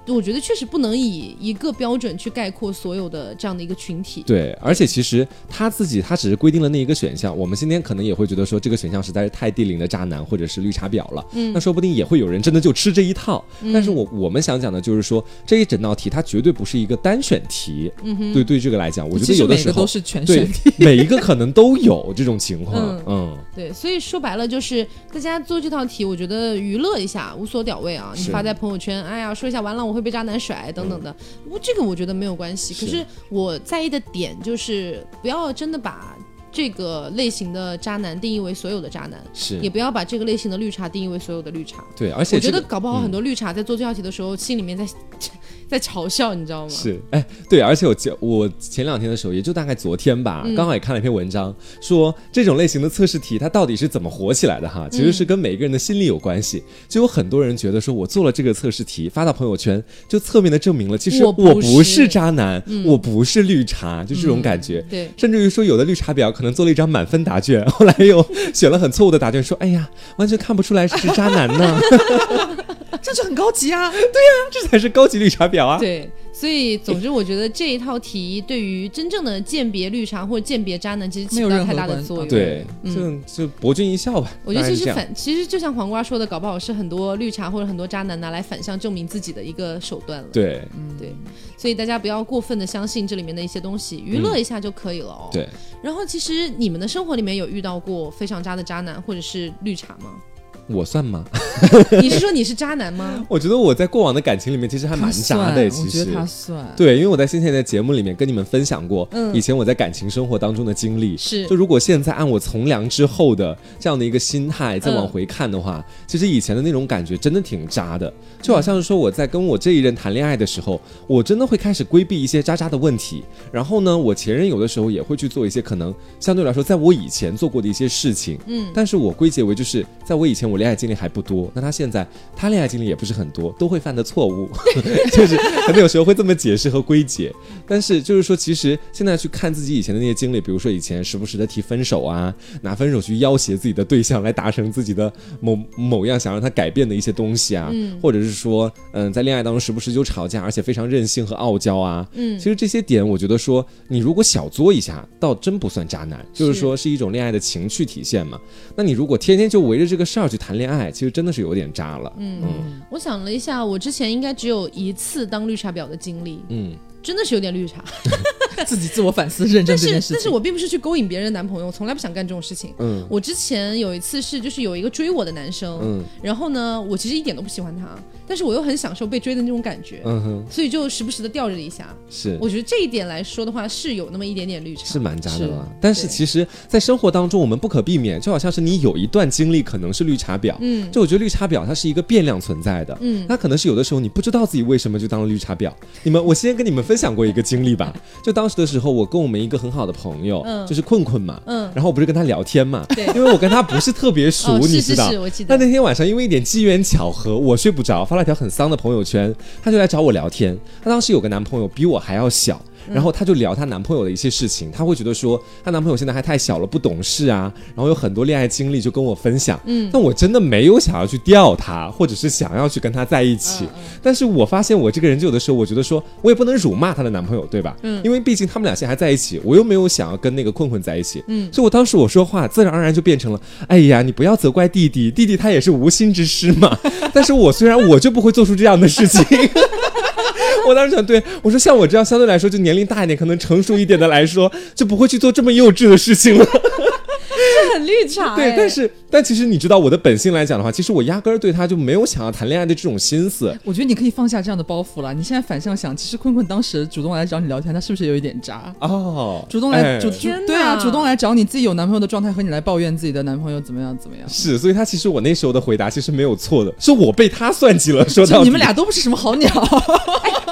我觉得确实不能以一个标准去概括所有的这样的一个群体。
对，而且其实他自己他只是规定了那一个选项，我们今天可能也会觉得说这个选项实在是太低龄的渣男或者是绿茶婊了，嗯，那说不定也会有人真的就吃这一套。但是我我们想讲的就是说这一整道题它绝对不是一个单选题，嗯哼，对对这个来讲，我觉
其
得
实
有的
每
时
个
候
都是全
对
选题。
每一个可能都有这种情况，
嗯
嗯
对，所以说白了就是大家做这道题，我觉得娱乐一下，无所屌味啊！你
是
发在朋友圈，哎呀，说一下完了我会被渣男甩等等的，我这个我觉得没有关系。
嗯是
可是我在意的点就是不要真的把。这个类型的渣男定义为所有的渣男，
是
也不要把这个类型的绿茶定义为所有的绿茶。
对，而且
我觉
这
得
个。嗯
搞不好很多绿茶在做这道题的时候，心里面在 <laughs> 在嘲笑，你知道吗？
是，哎，对，而且我前我前两天的时候，也就大概昨天吧，
嗯
刚好也看了一篇文章，说这种类型的测试题它到底是怎么火起来的
嗯
哈，其实是跟每一个人的心理有关系。就有很多人觉得说我做了这个测试题，发到朋友圈，就侧面的证明了其实
我
我
不是嗯
不是渣男，我不是绿茶，就这种感觉。
对，
甚至于说，有的绿茶婊可能做了一张满分答卷，后来又选了很错误的答卷，说：“哎呀，完全看不出来是渣男呢， <laughs>
<laughs> 这就很高级啊！
这才是高级绿茶婊啊！”
对，所以总之，我觉得这一套题对于真正的鉴别绿茶或者鉴别渣男，其实起
没有
不到
任
太
何
大的
关
作用。
对，就就博君一笑吧。
嗯我觉得
大概
其
是
实
这样
反，其实就像黄瓜说的，搞不好是很多绿茶或者很多渣男拿来反向证明自己的一个手段了。
对
对所以大家不要过分的相信这里面的一些东西，娱乐一下就可以了哦。。
嗯对，
然后，其实你们的生活里面有遇到过非常渣的渣男或者是绿茶
<laughs>
吗？
我算吗？ <laughs>
你是说你是渣男吗？
我觉得我在过往的感情里面其实还蛮渣的，其
我觉
实
得。他算。
对，因为我在先前的节目里面跟你们分享过，
嗯
以前我在感情生活当中的经历。
是
就如果现在按我从良之后的这样的一个心态再往
嗯
回看的话，其实以前的那种感觉真的挺渣的，就好像是说我在跟我这一任谈恋爱的时候，我真的会开始规避一些渣渣的问题。然后呢，我前任有的时候也会去做一些可能相对来说在我以前做过的一些事情，
嗯
但是我归结为就是在我以前我恋爱经历还不多，那他现在他恋爱经历也不是很多，都会犯的错误， <laughs> 就是可能有时候会这么解释和归结。但是就是说，其实现在去看自己以前的那些经历，比如说以前时不时的提分手啊，拿分手去要挟自己的对象来达成自己的某某样想让他改变的一些东西啊，或者是说，嗯，在恋爱当中时不时就吵架，而且非常任性和傲娇啊，
嗯
其实这些点，我觉得说你如果小作一下，倒真不算渣男，就是
是
说是一种恋爱的情趣体现嘛。那你如果天天就围着这个事儿去谈恋爱，其实真的是有点渣了。嗯
我想了一下，我之前应该只有一次当绿茶婊的经历，
嗯，
真的是有点绿
<laughs>
茶。
自己自我反思，认真
但
这
是
件事情。
但是我并不是去勾引别人的男朋友，我从来不想干这种事情。
嗯
我之前有一次是，就是有一个追我的男生，
嗯
然后呢，我其实一点都不喜欢他，但是我又很享受被追的那种感觉，
嗯哼，
所以就时不时的吊着一下。
是
我觉得这一点来说的话，是有那么一点点绿茶。
是蛮渣的
是
了。但是其实，在生活当中，我们不可避免，就好像是你有一段经历可能是绿茶婊，
嗯
就我觉得绿茶婊它是一个变量存在的，
嗯
它可能是有的时候你不知道自己为什么就当了绿茶婊。你们，我先跟你们分享过一个经历吧，就当时的时候，我跟我们一个很好的朋友，
嗯
就是困困嘛，
嗯，
然后我不是跟他聊天嘛，
对
因为我跟他不是特别熟，
哦，
你
是
知
是
道。
是，我记
那
得。
那天晚上因为一点机缘巧合，我睡不着，发了条很丧的朋友圈，她就来找我聊天。她当时有个男朋友比我还要小，
嗯
然后她就聊她男朋友的一些事情，她会觉得说她男朋友现在还太小了，不懂事啊，然后有很多恋爱经历就跟我分享。嗯，但我真的没有想要去钓她，或者是想要去跟她在一起。但是我发现我这个人就有的时候，我觉得说我也不能辱骂她的男朋友，对吧？嗯，因为毕竟他们俩现在还在一起，我又没有想要跟那个困困在一起。嗯，所以我当时我说话自然而然就变成了，哎呀，你不要责怪弟弟，弟弟他也是无心之失 <laughs> 嘛。但是我虽然我就不会做出这样的事情。 <laughs> 我当时想，对我说，像我这样相对来说就年龄大一点，可能成熟一点的来说，就不会去做这么幼稚的事情了。
的很绿茶、
对
哎，
但是但其实你知道我的本性来讲的话，其实我压根儿对他就没有想要谈恋爱的这种心思。
我觉得你可以放下这样的包袱了。你现在反向想，其实困困当时主动来找你聊天，他是不是有一点渣？
哦，
主动来
哎
主主
天
对啊，
哪
主动来找你自己有男朋友的状态和你来抱怨自己的男朋友怎么样怎么样。
是，所以他其实我那时候的回答其实没有错的，是我被他算计了。说到
就
底
你们俩都不是什么好鸟，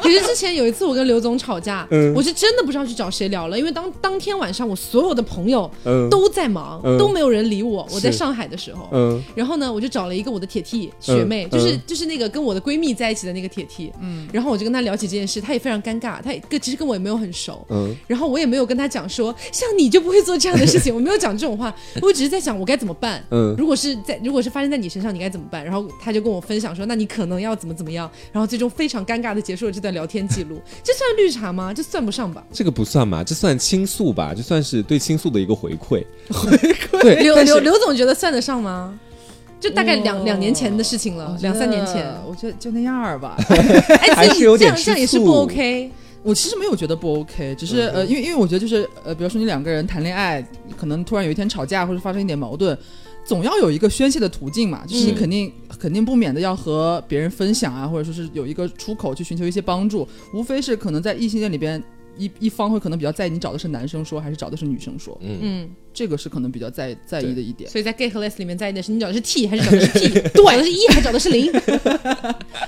可是之前有一次我跟刘总吵架，
嗯
我是真的不知道去找谁聊了，因为当当天晚上我所有的朋友
嗯
都在忙，
嗯
都没有人理我。我在
是
上海的时候，
嗯
然后呢，我就找了一个我的铁 T 学妹，
嗯
就是
嗯
就是那个跟我的闺蜜在一起的那个铁 T，嗯，然后我就跟她聊起这件事，她也非常尴尬，她也跟其实跟我也没有很熟，
嗯
然后我也没有跟她讲说像你就不会做这样的事情，我没有讲这种话，我只是在想我该怎么办，
嗯
如果是在如果是发生在你身上，你该怎么办？然后她就跟我分享说，那你可能要怎么怎么样，然后最终非常尴尬的结束了这段聊天记录，这算绿茶吗？这算不上吧？
这个不算吧，这算倾诉吧，这算是对倾诉的一个回馈。回馈 <laughs> 对，
刘
但是
刘刘总觉得算得上吗？就大概两
哇
两年前的事情了， <laughs> 两三年前。
我觉得就那样儿吧。
哎，
还
所以
是有
这
点
样这样
吃
也是
醋
不 OK。
我其实没有觉得不 OK，只是呃，因为因为我觉得就是呃，比如说你两个人谈恋爱，可能突然有一天吵架或者发生一点矛盾，总要有一个宣泄的途径嘛，就是你
嗯
肯定、肯定不免的要和别人分享啊，或者说是有一个出口去寻求一些帮助，无非是可能在异性恋里边。一一方会可能比较在意你找的是男生说还是找的是女生说，
嗯
嗯，
这个是可能比较在在意的一点。
所以在 gay 和 les 里面在意的是你找的是 t 还是找的是 p，对，找的是一还是找的是零。 <laughs>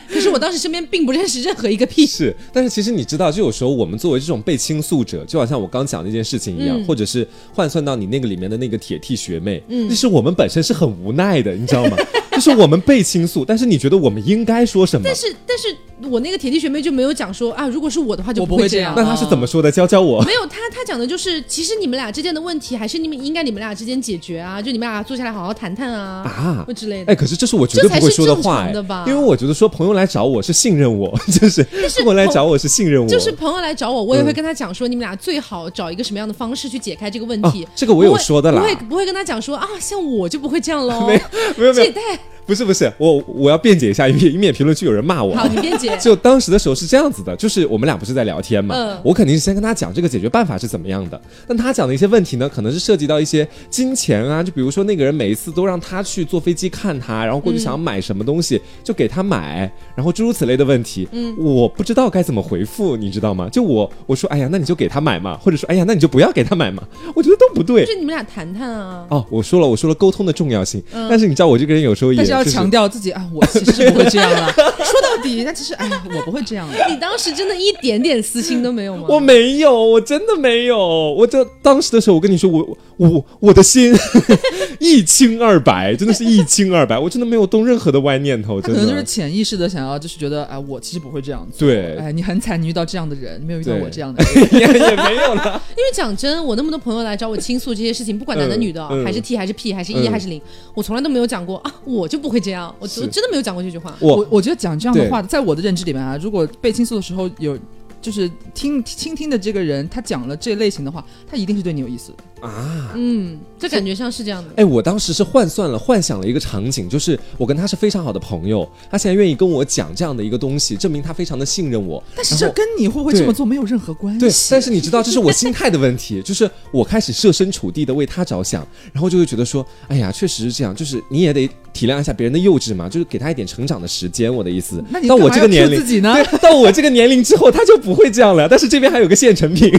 可是我当时身边并不认识任何一个 p。
是，但是其实你知道，就有时候我们作为这种被倾诉者，就好像我刚讲那件事情一样，
嗯
或者是换算到你那个里面的那个铁 T 学妹，嗯，就是我们本身是很无奈的，你知道吗？ <laughs> 就是我们被倾诉，但是你觉得我们应该说什么
但？是但是我那个铁弟学妹就没有讲说啊，如果是我的话就
我
不
不会
这
这
样
<laughs>
样
那。他是怎么说的？教
<laughs>
教我。
没有，他他讲的就是，其实你们俩之间的问题，还是你们应该你们俩之间解决啊，就你们俩坐下来好好谈谈啊，
啊
或之类的。
哎，可是这是我绝对不会说话、哎
这才是正常的吧
因为我觉得说朋友来找我是信任我， <laughs> 就是
是
朋友来找我是信任我，
就是朋友来找我，我也会跟他讲说，你们俩最好找一个什么样的方式去解开这个问题。
啊这个我有说的啦
不会不会不会跟他讲说啊，像我就不会这样喽。
<laughs> 没有没
这也
有，
太
不是不是，我我要辩解一下，以免以免评论区有人骂我。
好，你辩解。
<laughs> 就当时的时候是这样子的，就是我们俩不是在聊天嘛，
嗯
我肯定是先跟他讲这个解决办法是怎么样的。但他讲的一些问题呢，可能是涉及到一些金钱啊，就比如说那个人每一次都让他去坐飞机看他，然后过去想要买什么东西、就给他买，然后诸如此类的问题。嗯，我不知道该怎么回复，你知道吗？就我我说，哎呀，那你就给他买嘛，或者说，哎呀，那你就不要给他买嘛，我觉得都不对
就。你们俩谈谈啊，
哦，我说了，我说了沟通的重要性，但是你知道我这个人有时候也、就
但
是
是要强调自己啊，我其实是不会这样的。说到底，那其实哎，我不会这样的。
你当时真的一点点私心都没有吗？
我没有，我真的没有。我就当时的时候，我跟你说，我我我的心 <laughs> 一清二白，真的是一清二白，我真的没有动任何的歪念头，
他
真
可
的。
能就是潜意识的想要，就是觉得啊，我其实不会这样做。
对
哎，你很惨，你遇到这样的人，没有遇到
对
我这样的人。
<laughs> 也也没有
<laughs>
了。
因为讲真，我那么多朋友来找我倾诉这些事情，不管男的
嗯
女的，
嗯
还是 T 还是 P 还是 E
嗯
还是零，我从来都没有讲过啊，我就不会这样，我
是
我真的没有讲过这句话。
我
我我觉得讲这样的话，在我的认知里面啊，如果被倾诉的时候有，就是听倾听的这个人，他讲了这类型的话，他一定是对你有意思的。
啊，
嗯，这感觉像是这样的。
哎，我当时是换算了，幻想了一个场景，就是我跟他是非常好的朋友，他现在愿意跟我讲这样的一个东西，证明他非常的信任我。
但是
然
这
后
跟你会不会
对
这么做没有任何关
对，
系。
但是你知道，这是我心态的问题， <laughs> 就是我开始设身处地的为他着想，然后就会觉得说，哎呀，确实是这样，就是你也得体谅一下别人的幼稚嘛，就是给他一点成长的时间。我的意思
那，你
到我
干嘛
这个年
要 cue
龄
自，己呢？
对， <laughs> 到我这个年龄之后，他就不会这样了。但是这边还有个现成品，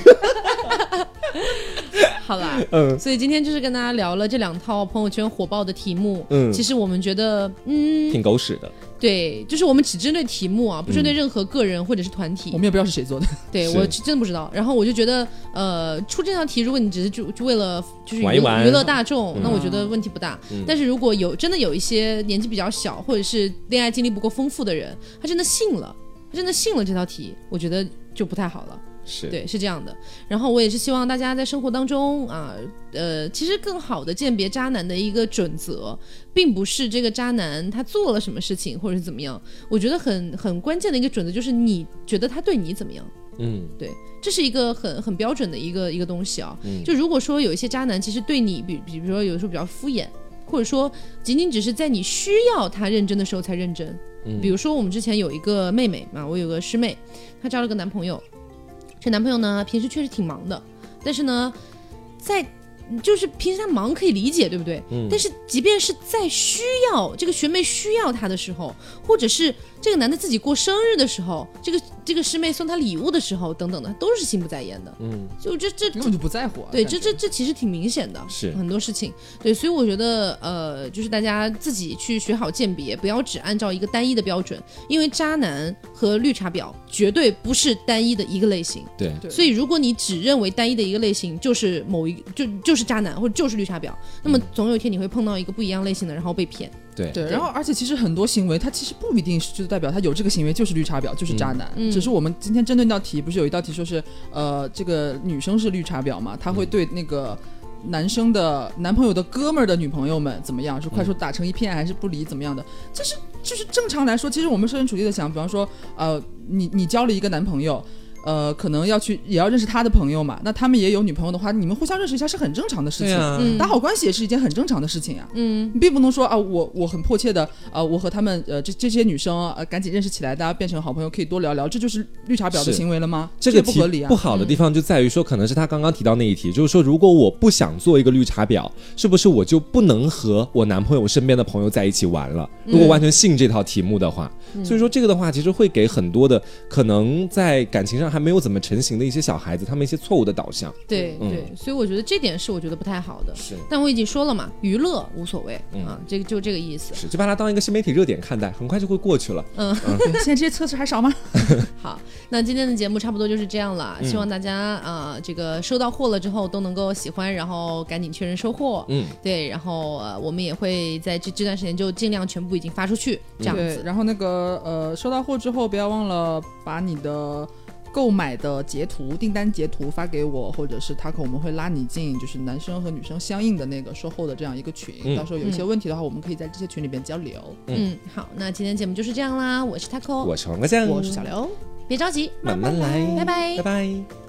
好啦，
嗯
所以今天就是跟大家聊了这两套朋友圈火爆的题目。
嗯
其实我们觉得，嗯，
挺狗屎的。
对，就是我们只针对题目啊，不针对任何个人或者是团体。
我们也不知道是谁做的。 <laughs>
对
嗯是
我真的不知道。然后我就觉得，呃，出这道题，如果你只是就就为了就是娱
玩一玩
娱乐大众，
嗯
那我觉得问题不大。
嗯
但是如果有真的有一些年纪比较小，或者是恋爱经历不够丰富的人，他真的信了，他真的信了这道题，我觉得就不太好了。
是，
对，是这样的。然后我也是希望大家在生活当中啊，呃，其实更好的鉴别渣男的一个准则，并不是这个渣男他做了什么事情或者是怎么样。我觉得很很关键的一个准则就是你觉得他对你怎么样，
嗯
这是一个很很标准的一个一个东西啊。
嗯，
就如果说有一些渣男其实对你，比比比如说有的时候比较敷衍。或者说，仅仅只是在你需要他认真的时候才认真。
嗯
比如说，我们之前有一个妹妹嘛，我有个师妹，她交了个男朋友，这男朋友呢平时确实挺忙的，但是呢，在就是平时他忙可以理解，对不对？
嗯
但是即便是在需要这个学妹需要他的时候，或者是这个男的自己过生日的时候，这个这个师妹送他礼物的时候，等等的，都是心不在焉的。
嗯，
就这这
根本就不在乎啊。
对，
感
这
觉
这这其实挺明显的，
是
很多事情。对，所以我觉得，呃，就是大家自己去学好鉴别，不要只按照一个单一的标准，因为渣男和绿茶婊绝对不是单一的一个类型。
对，
对
所以，如果你只认为单一的一个类型就是某一就就是渣男或者就是绿茶婊，那么总有一天你会碰到一个不一样类型的，然后被骗。
对，
对，然后而且其实很多行为，它其实不一定是就代表他有这个行为就是绿茶婊，就是渣男。
嗯嗯
只是我们今天针对那道题，不是有一道题说是呃，这个女生是绿茶婊嘛？她会
嗯
对那呃个。男生的呃男朋友的哥们儿的女朋友们怎么样？是快手打成一片，还是不理？怎么样的？这是就是正常来说，其实我们设身处地的想，比方说，呃，你你交了一个男朋友，呃，可能要去也要认识他的朋友嘛。那他们也有女朋友的话，你们互相认识一下是很正常的事
对
情。
啊，
嗯
打好关系也是一件很正常的事情呀、
嗯，
你并不能说啊，我我很迫切的啊，我和他们呃这这些女生啊呃赶紧认识起来，大家变成好朋友，可以多聊聊，这就是绿茶婊的
是
行为了吗？
这
也
个
不
题
合理啊
不。好的地方就在于说，可能是他刚刚提到那一题，就是说，如果我不想做一个绿茶婊，是不是我就不能和我男朋友身边的朋友在一起玩了？如果完全信这套题目的话，所以说这个的话，其实会给很多的可能在感情上还没有怎么成型的一些小孩子，他们一些错误的导向。
对
嗯
对，所以我觉得这点是我觉得不太好的。
是
但我已经说了嘛，娱乐无所谓、
嗯
啊，这个就这个意思。
是，就把它当一个新媒体热点看待，很快就会过去了。
对 <laughs> 现在这些测试还少吗？
好，那今天的节目差不多就是这样了，希望大家啊、呃这个收到货了之后都能够喜欢，然后赶紧确认收货。
嗯，
对，然后呃，我们也会在这这段时间就尽量全部已经发出去，这样
对
嗯
子，。
然后那个呃，收到货之后，不要忘了把你的购买的截图、订单截图发给我，或者是 Taco，我们会拉你进就是男生和女生相应的那个售后的这样一个群。
嗯
到时候有一些问题的话，我们可以在这些群里边交流。
嗯，好，那今天节目就是哦这样啦，我是 Taco，
嗯我是黄瓜酱，
我是小刘。
别着急，
慢慢来，
拜拜
拜拜。